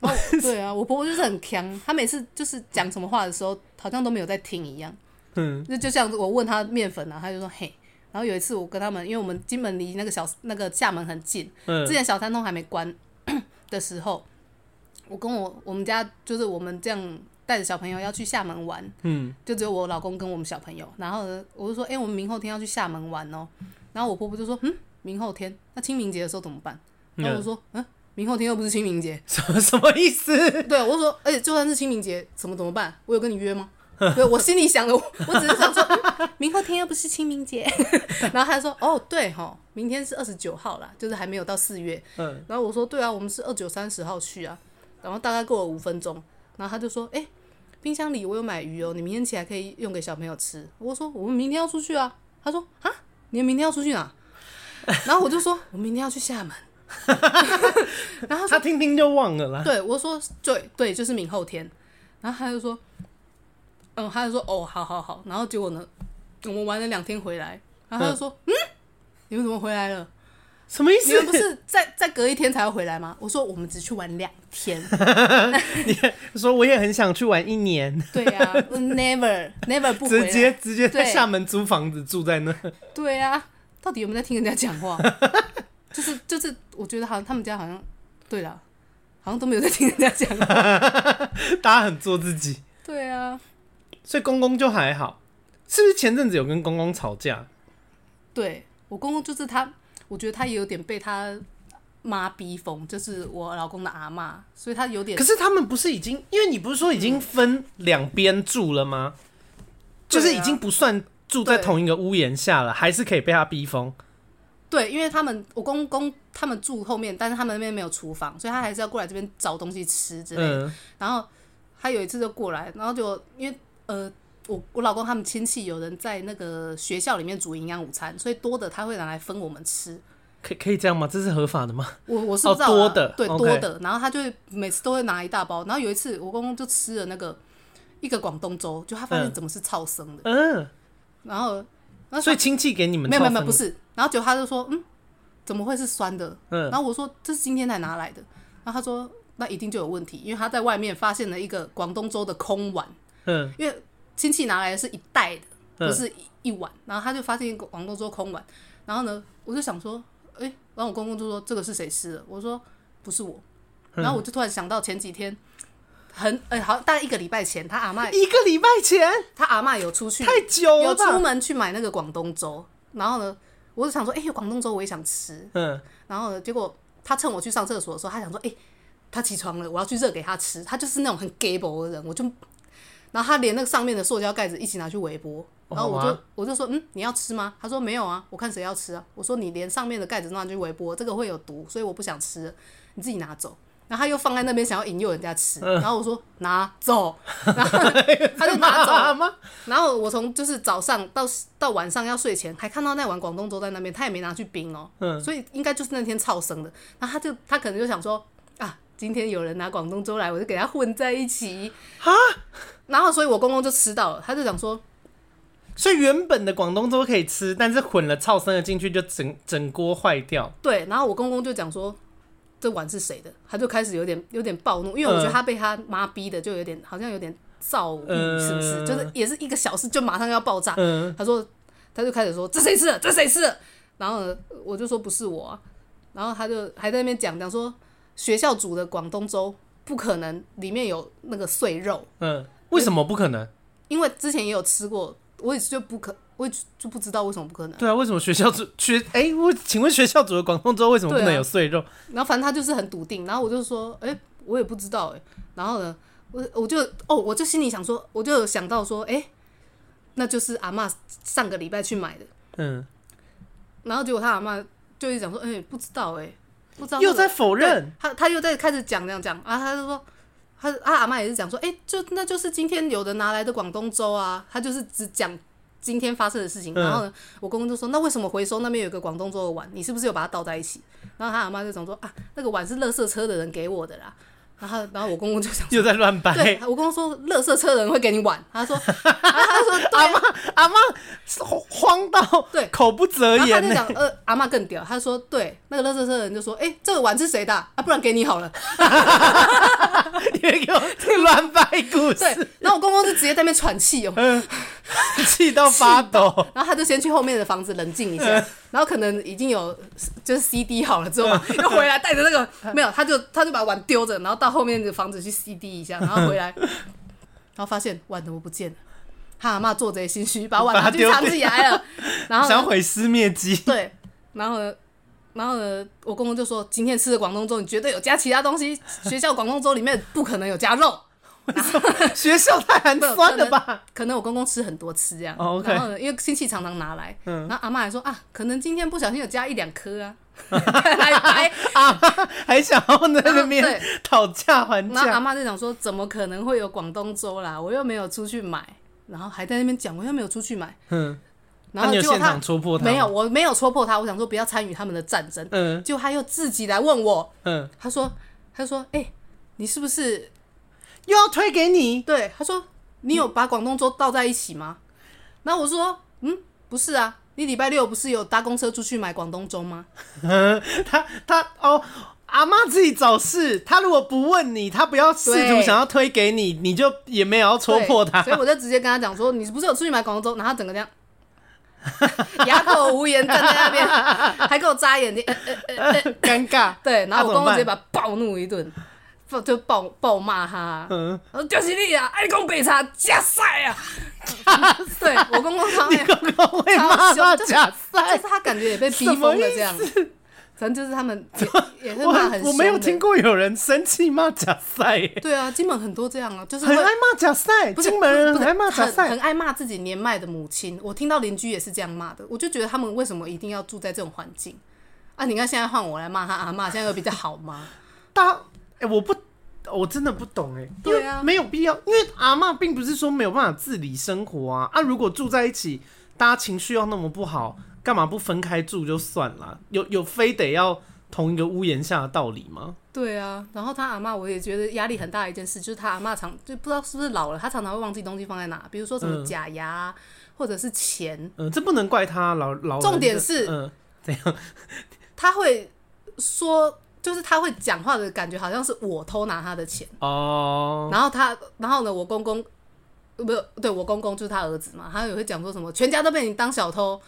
哦，对啊，我婆婆就是很强，她每次就是讲什么话的时候，好像都没有在听一样。
嗯，
那就像我问他面粉啊，他就说嘿。然后有一次我跟他们，因为我们金门离那个小那个厦门很近，
嗯
之前小三通还没关的时候，我跟我我们家就是我们这样带着小朋友要去厦门玩，
嗯，
就只有我老公跟我们小朋友。然后呢，我就说，哎、我们明后天要去厦门玩哦。然后我婆婆就说，嗯，明后天，那清明节的时候怎么办？然后我说，嗯，明后天又不是清明节，
什么什么意思？
对，我就说，而且就算是清明节，怎么怎么办？我有跟你约吗？ 对，我心里想的，我我只是想说， 嗯明后天又不是清明节， 然后他说，哦，对哈，明天是二十九号啦，就是还没有到四月。
嗯，
然后我说，对啊，我们是二九三十号去啊。然后大概过了五分钟，然后他就说，哎、冰箱里我有买鱼哦，你明天起来可以用给小朋友吃。我说，我们明天要出去啊。他说，啊，你们明天要出去哪？然后我就说，我明天要去厦门。 然后他说
他听听就忘了啦。
对，我说对对，就是明后天。然后他就说，嗯，他就说哦，好好好。然后结果呢，我们玩了两天回来，然后他就说，嗯，你们怎么回来了？
什么意
你
思？
们不是再再隔一天才要回来吗？我说我们只去玩两 天。
说我也很想去玩一年，
对呀、我 n e v e r never 不回
直接
来。
直接在
对
厦门租房子住在那。
对呀、到底有没有在听人家讲话？就是就是，我觉得好像他们家好像，对啦，好像都没有在听人家讲话。
大家很做自己，
对啊，
所以公公就还好。是不是前阵子有跟公公吵架？
对我公公就是他，我觉得他也有点被他妈逼疯，就是我老公的阿妈，所以他有点
可是他们不是已经，因为你不是说已经分两边住了吗？
啊
就是已经不算住在
对
同一个屋檐下了，还是可以被他逼疯。
对，因为他们我公公他们住后面，但是他们那边没有厨房，所以他还是要过来这边找东西吃之类的。
嗯
然后他有一次就过来，然后就因为呃。我我老公他们亲戚有人在那个学校里面煮营养午餐，所以多的他会拿来分我们吃。
可以可以这样吗？这是合法的吗？
我我是
哦
不知道啦、
多的
对
OK
多的，然后他就会每次都会拿一大包。然后有一次我公公就吃了那个一个广东粥，就他发现
嗯
怎么是超生的，
嗯，
然后那
所以亲戚给你们
没有没有
超
没
生
有不是，然后结果他就说嗯，怎么会是酸的？
嗯
然后我说这是今天才拿来的，然后他说那一定就有问题，因为他在外面发现了一个广东粥的空碗，
嗯
因为亲戚拿来的是一袋的，不
嗯
是一一碗，然后他就发现一个广东粥空碗，然后呢，我就想说，哎、然后我公公就说这个是谁吃的？我说不是我，
嗯
然后我就突然想到前几天，很哎、好像大概一个礼拜前，他阿妈
一个礼拜前
他阿妈有出去，
太久
有
了
出
吧？
门去买那个广东粥，然后呢，我就想说，哎、有广东粥我也想吃，
嗯，
然后呢，结果他趁我去上厕所的时候，他想说，哎、他起床了，我要去热给他吃，他就是那种很 gay 的人，我就，然后他连那个上面的塑胶盖子一起拿去微波。
哦
然后我就、
哇
我就说，嗯，你要吃吗？他说没有啊，我看谁要吃啊。我说你连上面的盖子都拿去微波，这个会有毒，所以我不想吃了，你自己拿走。然后他又放在那边想要引诱人家吃，然后我说拿走，然后嗯 他就拿走了
妈妈
然后我从就是早上到到晚上要睡前，还看到那碗广东粥在那边，他也没拿去冰哦，
嗯
所以应该就是那天超生的。然后他就他可能就想说啊，今天有人拿广东粥来，我就给他混在一起然后所以我公公就吃到了，他就想说，
所以原本的广东粥可以吃，但是混了超生的进去，就整整锅坏掉。
对，然后我公公就讲说，这碗是谁的？他就开始有点有点暴怒，因为我觉得他被他妈逼的，就有点好像有点躁郁，是不是？
嗯
就是也是一个小事就马上要爆炸。
嗯，
他说，他就开始说这谁吃的，这谁吃的，然后呢，我就说不是我、啊，然后他就还在那边讲讲说学校煮的广东粥不可能里面有那个碎肉，
嗯，为什么不可能？
因为之前也有吃过，我也就不可，我也就不知道为什么不可能。
对啊，为什么学校组学？哎、我请问学校组的广东粥为什么不能有碎肉？
然后反正他就是很笃定，然后我就说，哎、我也不知道、哎，然后呢，我我就哦，我就心里想说，我就有想到说，哎、那就是阿嬷上个礼拜去买的，
嗯，
然后结果他阿嬷就一直讲说，哎、不知道、哎，不知道那个、
又在否认。
他他又在开始讲讲讲啊，他就说他他阿妈也是讲说，哎、就那就是今天有人拿来的广东粥啊，他就是只讲今天发生的事情。
嗯
然后呢，我公公就说：“那为什么回收那边有一个广东做的碗，你是不是有把它倒在一起？”然后他阿妈就讲说：“啊，那个碗是垃圾车的人给我的啦。”然后，然后我公 公就想，
又在乱
对
掰。
我公公说，垃圾车的人会给你碗。他说，然后他说，对
阿妈阿妈慌到
对
口不择
然后他
言
就
呢，
讲，呃，阿妈更屌，他说，对，那个垃圾车的人就说，哎、这个碗是谁的啊？啊不然给你好了。
你们 给我乱掰故
对
事，，
然后我公公就直接在那边喘气哦，
嗯，气到发抖。
然后他就先去后面的房子冷静一下，
嗯
然后可能已经有就是 CD 好了之后嘛，
嗯
又回来带着那个没有，他就他就把碗丢着，然后到后面的房子去 CD 一下，然后回
嗯
来，然后发现碗怎么不见了。他阿妈做贼心虚，把碗
把它
拿去藏
丢
起 来了，然后
想
呢
毁尸灭迹，
对，然后呢，然后呢，我公公就说今天吃的广东粥，你绝对有加其他东西，学校广东粥里面不可能有加肉。
学校太寒酸了吧？
可能我公公吃很多次这样。
哦，OK
然后呢，因为亲戚常常拿来，
嗯
然后阿妈还说啊，可能今天不小心有加一两 颗啊， 来来。
阿妈啊还想要在那
然
边
后
讨价还
嗯然后阿
价，
妈就讲说，怎么可能会有广东粥啦？我又没有出去买，然后还在那边讲我又没有出去买，
嗯，
然
那
后
你有
结果
现
他
场戳破他吗
没有，我没有戳破他，我想说不要参与他们的战争，
嗯
结果他又自己来问我，
嗯，
他说他说哎、你是不是
又要推给你，
对，他说你有把广东粥倒在一起吗？然后我说嗯，不是啊，你礼拜六不是有搭公车出去买广东粥吗？
嗯，他他哦。阿妈自己找事，他如果不问你，他不要试图
对
想要推给你，你就也没有要戳
对
破他。
所以我就直接跟他讲说，你不是有出去买广东粥？然后他整个这样。哑口无言，站在那边，还给我眨眼睛。呃呃呃
尴尬。
对，然后我公公
那
直接
怎么
把他暴怒一顿，暴就暴暴骂他，
嗯
我说就是你啊，爱讲北茶假赛 啊！对我公公超
你公公会骂到假
就
赛
是，他感觉也被逼疯了这样。反正就是 他们也也是
我
骂很
很
凶
我没有
的
听。过有人生气骂假赛耶，
对啊，金门很多这样啊，就是
很
会
爱骂假赛，
不是
金门人
不是
很爱骂假
很
赛
很。爱骂自己年迈的母亲。我听到邻居也是这样骂的，我就觉得他们为什么一定要住在这种环境啊？你看现在换我来骂他阿妈，现在有比较好 吗？
大哎、我不，我真的不懂哎、因为
对啊
没有必要，因为阿嬷并不是说没有办法自理生活啊啊，如果住在一起，大家情绪要那么不好，干嘛不分开住就算了？有有非得要同一个屋檐下的道理吗？
对啊，然后他阿妈我也觉得压力很大的一件事，就是他阿妈常就不知道是不是老了，他常常会忘记东西放在哪，比如说什么
嗯
假牙啊、或者是钱，
嗯、这不能怪他老老人的。
重点是
嗯、怎样？
他会说，就是他会讲话的感觉好像是我偷拿他的钱，
哦，
然后他，然后呢，我公公，呃不对，我公公就是他儿子嘛，他也会讲说什么全家都被你当小偷，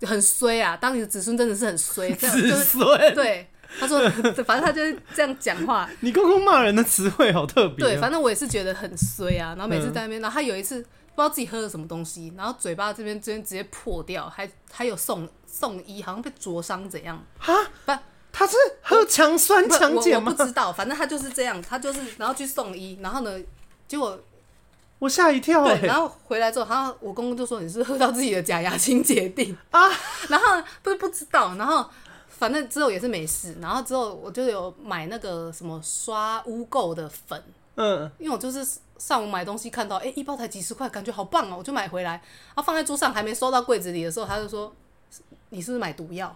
很衰啊，当你的子孙真的是很衰，这样就
子
是
孙。
对。他说， 反正他就是这样讲话，
你公公骂人的词汇好特别、哦。
对，反正我也是觉得很衰啊。然后每次在那边，然后他有一次不知道自己喝了什么东西，然后嘴巴这边这边直接破掉，还还有送送医，好像被灼伤怎样？
哈，
不，
他是喝强酸
不是
强
我
碱
我
吗？
不知道，反正他就是这样，他就是然后去送医，然后呢，结果
我吓一跳哎、
对，然后回来之后，他我公公就说你是喝到自己的假牙清洁定
啊，
然后不不知道，然后反正之后也是没事，然后之后我就有买那个什么刷污垢的粉，
嗯，
因为我就是上午买东西看到，哎、一包才几十块，感觉好棒哦、我就买回来，然后放在桌上还没收到柜子里的时候，他就说你是不是买毒药？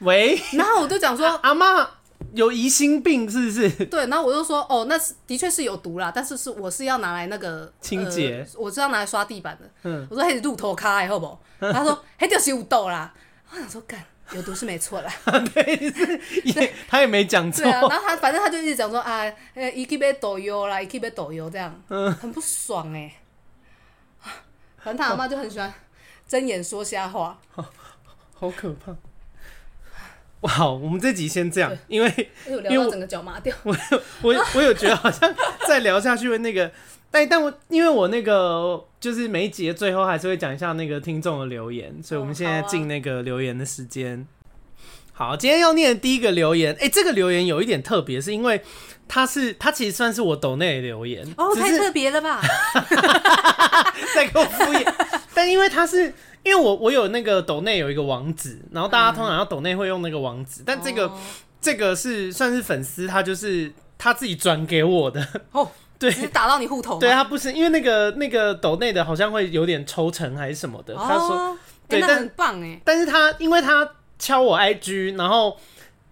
喂，
然后我就讲说。
阿妈有疑心病是不是？
对，然后我就说，哦，那是的确是有毒啦，但是是我是要拿来那个
清洁
呃我是要拿来刷地板的。
嗯，
我说嘿，是路头卡的好 不好？他说嘿，就是有毒啦。我想说干有毒是没错 啦，
对，是也他也没讲错
对。啊。然后他反正他就一直讲说啊，呃，一 keep 被抖油啦，一 keep 被抖油这样，
嗯
很不爽哎、啊 反正他阿妈就很喜欢睁眼说瞎话，
好可怕！哇，好我们这集先这样，因为
因为我
因
哎
为
聊到
我
整个脚麻掉。
我有我有我有觉得好像再聊下去会那个， 但但我因为我那个就是每一集的最后还是会讲一下那个听众的留言，所以我们
哦
现在
好啊
进那个留言的时间。好，今天要念的第一个留言，哎、这个留言有一点特别，是因为它是它其实算是我抖内的留言，
哦，
只
太
是
特别了吧！
在给我敷衍。但因为他是因为我我有那个抖内有一个网址，然后大家通常要抖内会用那个网址，但这个、
哦
这个是算是粉丝，他就是他自己转给我的。
哦，
对
只是打到你户头嘛。
对啊他不是因为那个那个抖内的好像会有点抽成还是什么的，
哦，
他说，
哎
对
那
但
很棒哎，
但是他因为他敲我 IG，然后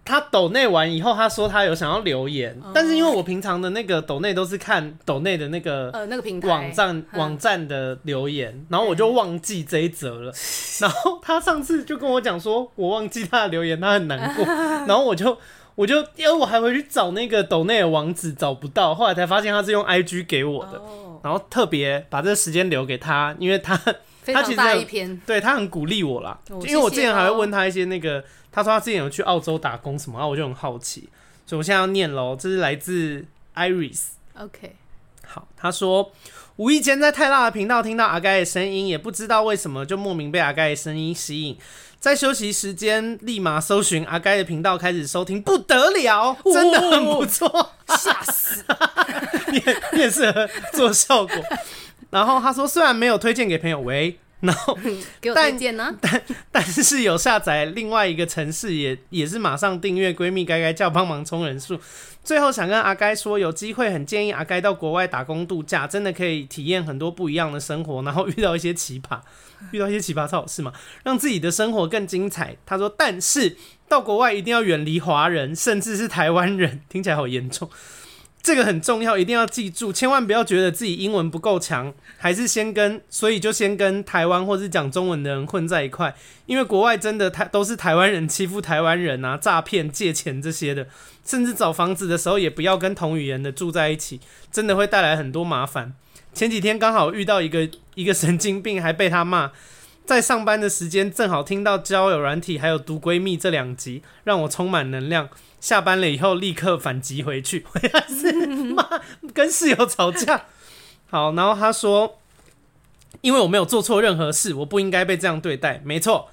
他抖内完以后，他说他有想要留言，但是因为我平常的那个抖内都是看抖内的那个
呃，那个平台
网站
嗯
网站的留言，然后我就忘记这一则 了。然后他上次就跟我讲说，我忘记他的留言，他很难 过。然后我就我就因为我还回去找那个抖内的网址找不到，后来才发现他是用 IG 给我的，
哦，
然后特别把这个时间留给他，因为他
非
他
常
其实
大
有
一篇，
对他很鼓励我啦，
哦
因为我之前还会
谢谢哦
问他一些那个，他说他之前有去澳洲打工什么，啊，我就很好奇，所以我现在要念喽，这是来自 Iris。
OK，
好，他说无意间在泰辣的频道听到阿盖的声音，也不知道为什么就莫名被阿盖的声音吸引，在休息时间立马搜寻阿盖的频道开始收听，不得了， 真的很不错。
吓死！
你很你很适合做效果。然后他说虽然没有推荐给朋友喂，然后
给我
但
推荐啊呢？
但是有下载另外一个城市也也是马上订阅闺蜜该该叫帮忙充人数。最后想跟阿该说，有机会很建议阿该到国外打工度假，真的可以体验很多不一样的生活，然后遇到一些奇葩，遇到一些奇葩超好事嘛，让自己的生活更精彩。他说，但是到国外一定要远离华人，甚至是台湾人，听起来好严重。这个很重要，一定要记住，千万不要觉得自己英文不够强，还是先跟，所以就先跟台湾或是讲中文的人混在一块，因为国外真的台都是台湾人欺负台湾人啊，诈骗、借钱这些的，甚至找房子的时候也不要跟同语言的住在一起，真的会带来很多麻烦。前几天刚好遇到一个一个神经病，还被他骂。在上班的时间正好听到交友软体还有毒闺蜜这两集，让我充满能量。下班了以后立刻反击回去， 我要是骂跟室友吵架。好，然后他说，因为我没有做错任何事，我不应该被这样对待。没错，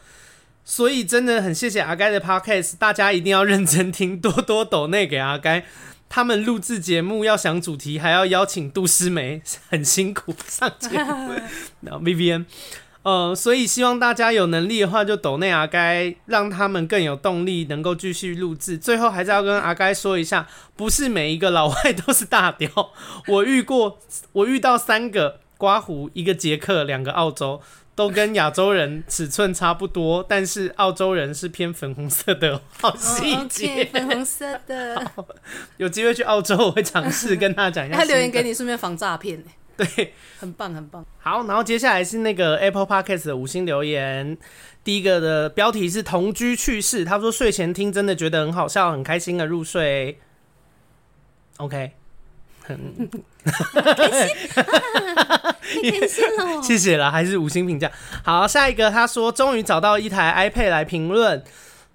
所以真的很谢谢阿该的 podcast，大家一定要认真听，多多抖内给阿该。他们录制节目要想主题，还要邀请杜诗梅， 很辛苦上节 目。然后 Vivian，呃，所以希望大家有能力的话就抖内阿该，让他们更有动力，能够继续录制。最后还是要跟阿该说一下，不是每一个老外都是大屌， 我遇过，我遇到三个刮胡，一个捷克，两个澳洲。都跟亚洲人尺寸差不多，但是澳洲人是偏粉红色的哦，好细
哦
节。
，OK，粉红色 的，
有机会去澳洲，我会尝试跟他讲一下。
他留言给。你，顺便防诈骗欸，
对，
很棒很棒。
好，然后接下来是那个 Apple Podcast 的五星留言。第一个的标题是“同居趣事”，他说睡前听真的觉得很好笑，很开心的入睡。OK，
太开心 了，
谢谢啦，还是五星评价。好，下一个他说终于找到一台 iPad 来评论。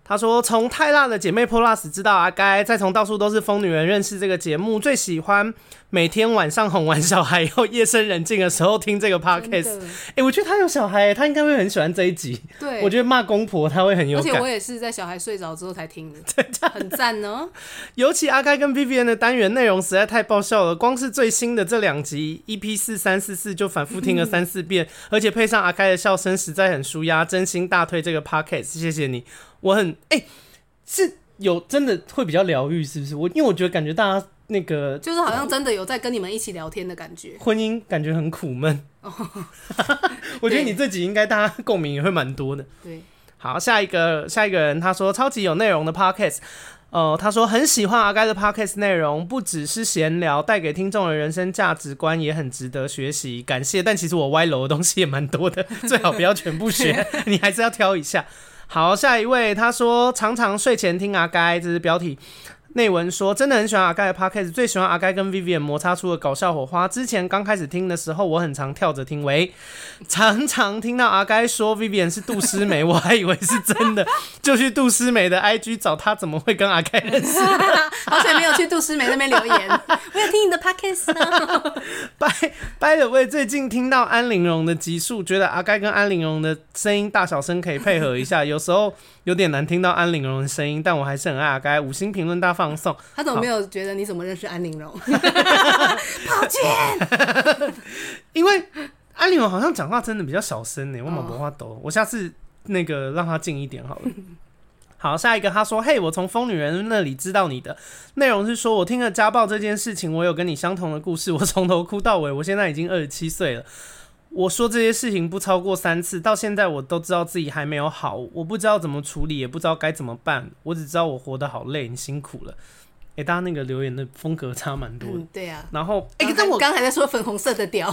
他说从泰辣的姐妹 Plus 知道阿该，再从到处都是疯女人认识这个节目，最喜欢每天晚上哄完小孩以后，夜深人静的时候听这个 Podcast。
真的
哎、我觉得他有小孩，他应该会很喜欢这一集。
对，
我觉得骂公婆他会很有
而且我
感，
也是在小孩睡着之后才 听的，很赞哦。
尤其阿该跟 Vivian 的单元内容实在太爆笑了，光是最新的这两集 EP 四三四四就反复听了三四遍， 而且配上阿该的笑声，实在很舒压，真心大推这个 podcast，谢谢你，我很哎、是有真的会比较疗愈，是不是？我因为我觉得感觉大家那个
就是好像真的有在跟你们一起聊天的感觉。
婚姻感觉很苦 闷，我觉得你这集应该大家共鸣也会蛮多的。
对，
好，下一个下一个人他说超级有内容的 podcast，呃，他说很喜欢阿该的 podcast 内容，不只是闲聊，带给听众的人生价值观也很值得学习，感谢。但其实我歪楼的东西也蛮多的，最好不要全部学， 你还是要挑一下。好，下一位他说常常睡前听阿该，这是标题。内文说，真的很喜欢阿该的 podcast，最喜欢阿该跟 Vivian 摩擦出的搞笑火花。之前刚开始听的时候，我很常跳着听，喂，常常听到阿该说 Vivian 是杜诗梅，我还以为是真的，就去杜诗梅的 IG 找她，怎么会跟阿该认识？
好久没有去杜诗梅那边留 言，我有听你的 podcast 啊呢。
拜拜了喂！最近听到安陵容的集数，觉得阿该跟安陵容的声音大小声可以配合一下，有时候有点难听到安陵容的声音，但我还是很爱阿该。五星评论大放送，
他怎么没有觉得你怎么认识安陵容？抱歉，
因为安陵容好像讲话真的比较小声呢、我马不话抖，我下次那个让她静一点好了。 好，下一个他说：“嘿，我从疯女人那里知道你的内容是说，我听了家暴这件事情，我有跟你相同的故事，我从头哭到尾。我现在已经二十七岁了，我说这些事情不超过三次，到现在我都知道自己还没有好，我不知道怎么处理，也不知道该怎么办，我只知道我活得好累，你辛苦了。”诶，大家那个留言的风格差蛮多的。
嗯，对呀、啊。
然后，诶，
刚才
哎但我
刚才在说粉红色的屌，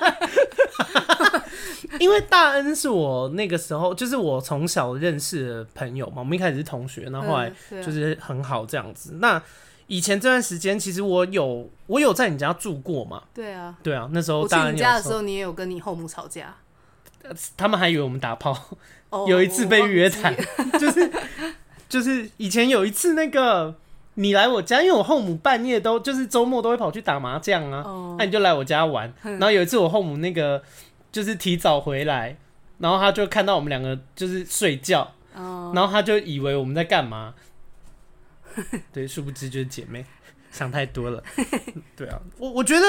因为大恩是我那个时候，就是我从小认识的朋友嘛，我们一开始是同学，然后后来
嗯对啊
就是很好这样子。那以前这段时间，其实我有我有在你家住过嘛，
对啊。
对啊，那时候
我去
大恩
你
有
家的时候，你也有跟你后母吵架。
他们还以为我们打炮，
哦
有一次被约谈
谈，
就是就是以前有一次那个你来我家，因为我后母半夜都就是周末都会跑去打麻将啊，那、
哦嗯
你就来我家玩。然后有一次我后母那个就是提早回来，然后他就看到我们两个就是睡觉，
哦，
然后他就以为我们在干嘛，对，殊不知就是姐妹，想太多了。 对啊，我我觉得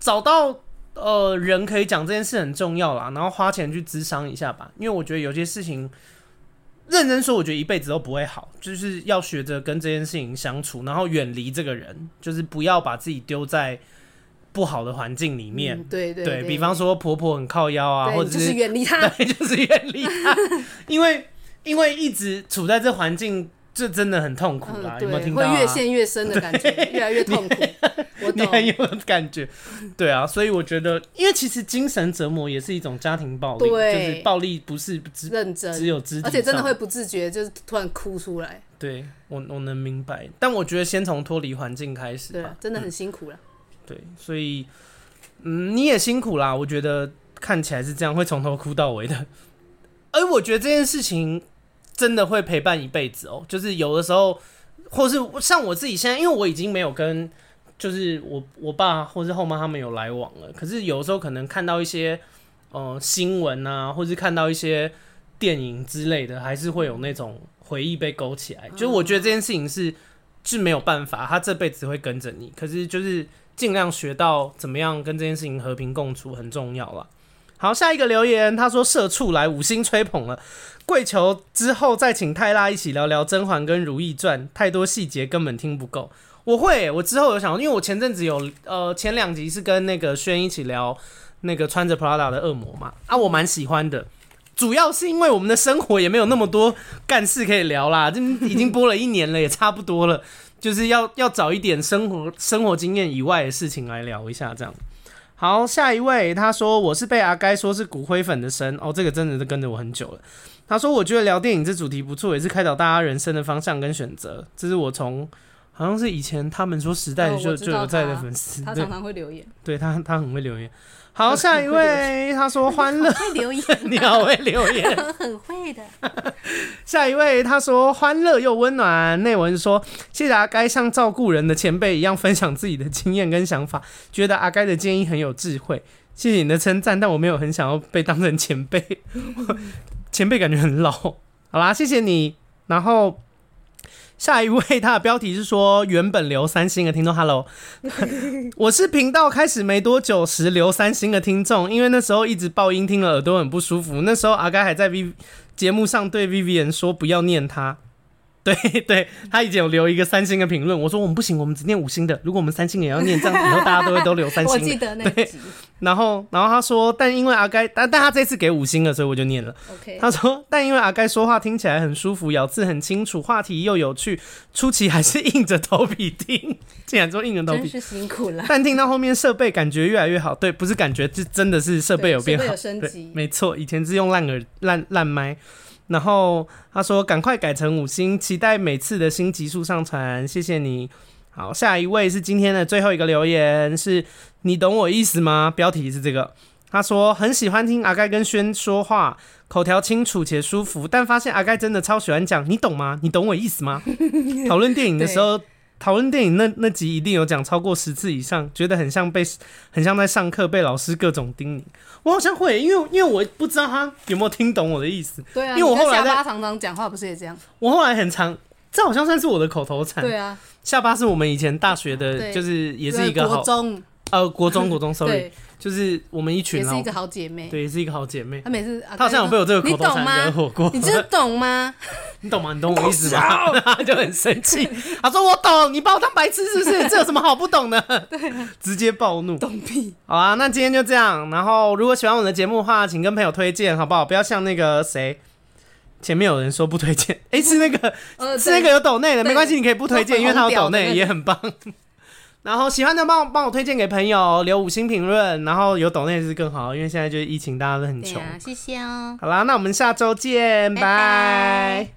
找到呃人可以讲这件事很重要啦，然后花钱去咨商一下吧，因为我觉得有些事情。认真说，我觉得一辈子都不会好，就是要学着跟这件事情相处，然后远离这个人，就是不要把自己丢在不好的环境里面。
嗯对对
对比方说婆婆很靠腰啊，
对，
或
你
者
就是远离他，
对，就是远离他， 因为因为一直处在这环境，这真的很 痛苦啦。
嗯，
有没有
对，
听到、啊？
会越陷越深的感觉，越来越痛苦。我
你
懂，
很有感觉，对啊，所以我觉得，因为其实精神折磨也是一种家庭暴力，
对
就是暴力不是只
认
只
真，
有肢体上，
而且真的会不自觉，就是突然哭出来。
对我我能明白，但我觉得先从脱离环境开始
对
吧
啊，，真的很辛苦了。
对，所以嗯，你也辛苦啦。我觉得看起来是这样，会从头哭到尾的。而我觉得这件事情真的会陪伴一辈子哦、就是有的时候，或是像我自己现在，因为我已经没有跟就是我我爸或是后妈他们有来往了，可是有的时候可能看到一些呃新闻啊，或是看到一些电影之类的，还是会有那种回忆被勾起来。就是我觉得这件事情是是没有办法，他这辈子会跟着你。可是就是尽量学到怎么样跟这件事情和平共处很重要啦。好，下一个留言，他说社畜来五星吹捧了，跪求之后再请泰拉一起聊聊《甄嬛》跟《如懿传》，太多细节根本听不够。我会，我之后有想，因为我前阵子有呃前两集是跟那个轩一起聊那个穿着 Prada 的恶魔嘛，啊，我蛮喜欢的。主要是因为我们的生活也没有那么多干事可以聊啦， 这已经播了一年了，也差不多了。就是要要找一点生活生活经验以外的事情来聊一下，这样。好，下一位，他说我是被阿该说是骨灰粉的神哦，这个真的是跟着我很久了。他说我觉得聊电影这主题不错，也是开导大家人生的方向跟选择。这是我从好像是以前他们说时代
哦
就、
我知
就
道
有在
他
的粉丝，
他
嗯对
常常会 留言，
对他，他很会留言。 好，下一位，他说欢乐，
会留言，
你好会留言。
我 很会的。
下一位，他说欢乐又温暖。内文说，谢谢阿该像照顾人的前辈一样分享自己的经验跟想法，觉得阿该的建议很有智慧。谢谢你的称赞，但我没有很想要被当成前辈， 前辈感觉很老。好啦，谢谢你。然后下一位，他的标题是说原本留三星的听众，Hello，我是频道开始没多久时留三星的听众，因为那时候一直爆音，听了耳朵很不舒服。那时候阿该还在 V 节目上对 Vivian 说不要念他。对对，他以前有留一个三星的评论，我说我们不行，我们只念五星的。如果我们三星也要念，这样以后大家都会都留三
我
星的
记。得那 一集
然后，然后他说，但因为阿该，但但他这次给五星了，所以我就念了。
，OK，
他说，但因为阿该说话听起来很舒服，咬字很清楚，话题又有趣，初期还是硬着头皮听，竟然说硬着头
真
皮。
是辛苦了。
但听到后面设备感觉越来越好，对，不是感觉，是真的是 设备
对
有变
设备
好，
有升
对
级
没错，以前是用烂耳烂烂麦。然后他说赶快改成五星，期待每次的新集数上传，谢谢你。好，下一位是今天的最后一个留言，是你懂我意思吗？标题是这个。他说很喜欢听阿盖跟轩说话，口条清楚且舒服，但发现阿盖真的超喜欢讲，你懂吗？你懂我意思 吗？讨论电影的时候，讨论电影那那集一定有讲超过十次以上，觉得很像被很像在上课被老师各种叮咛。我好像会，因为因为我不知道他有没有听懂我的意思。
对啊，
因为我后来
你跟
在
下巴常常讲话，不是也这样？
我后来很常，这好像算是我的口头禅。
对啊，
下巴是我们以前大学的，
对啊
就是嗯也是一个
国
好
中，
呃国中国中，sorry，
对，
就是我们一群
也是
老
一个好姐妹。
对，也是一个好姐妹。
她每次，她啊
她好像有被我这个口头
你懂
禅
吗
惹火过。
你真的懂吗？
你懂吗？你懂我意思吗？他 就很生 气，他说我懂，你把我当白痴是不是？这有什么好不懂的？对，直接暴怒。
懂屁，
好啊，那今天就这样。然后如果喜欢我的节目的话，请跟朋友推荐，好不好？不要像那个谁，前面有人说不推荐， 诶，是那个
呃，
是那个有抖内的，
对
没关系，你可以不推 荐，因为他有抖
那个
内也很棒。然后喜欢的帮我帮我推荐给朋友，留五星评论，然后有抖内是更好，因为现在就是疫情，大家都很
对
穷。
啊，谢谢哦。
好啦，那我们下周见，
拜
拜
拜
拜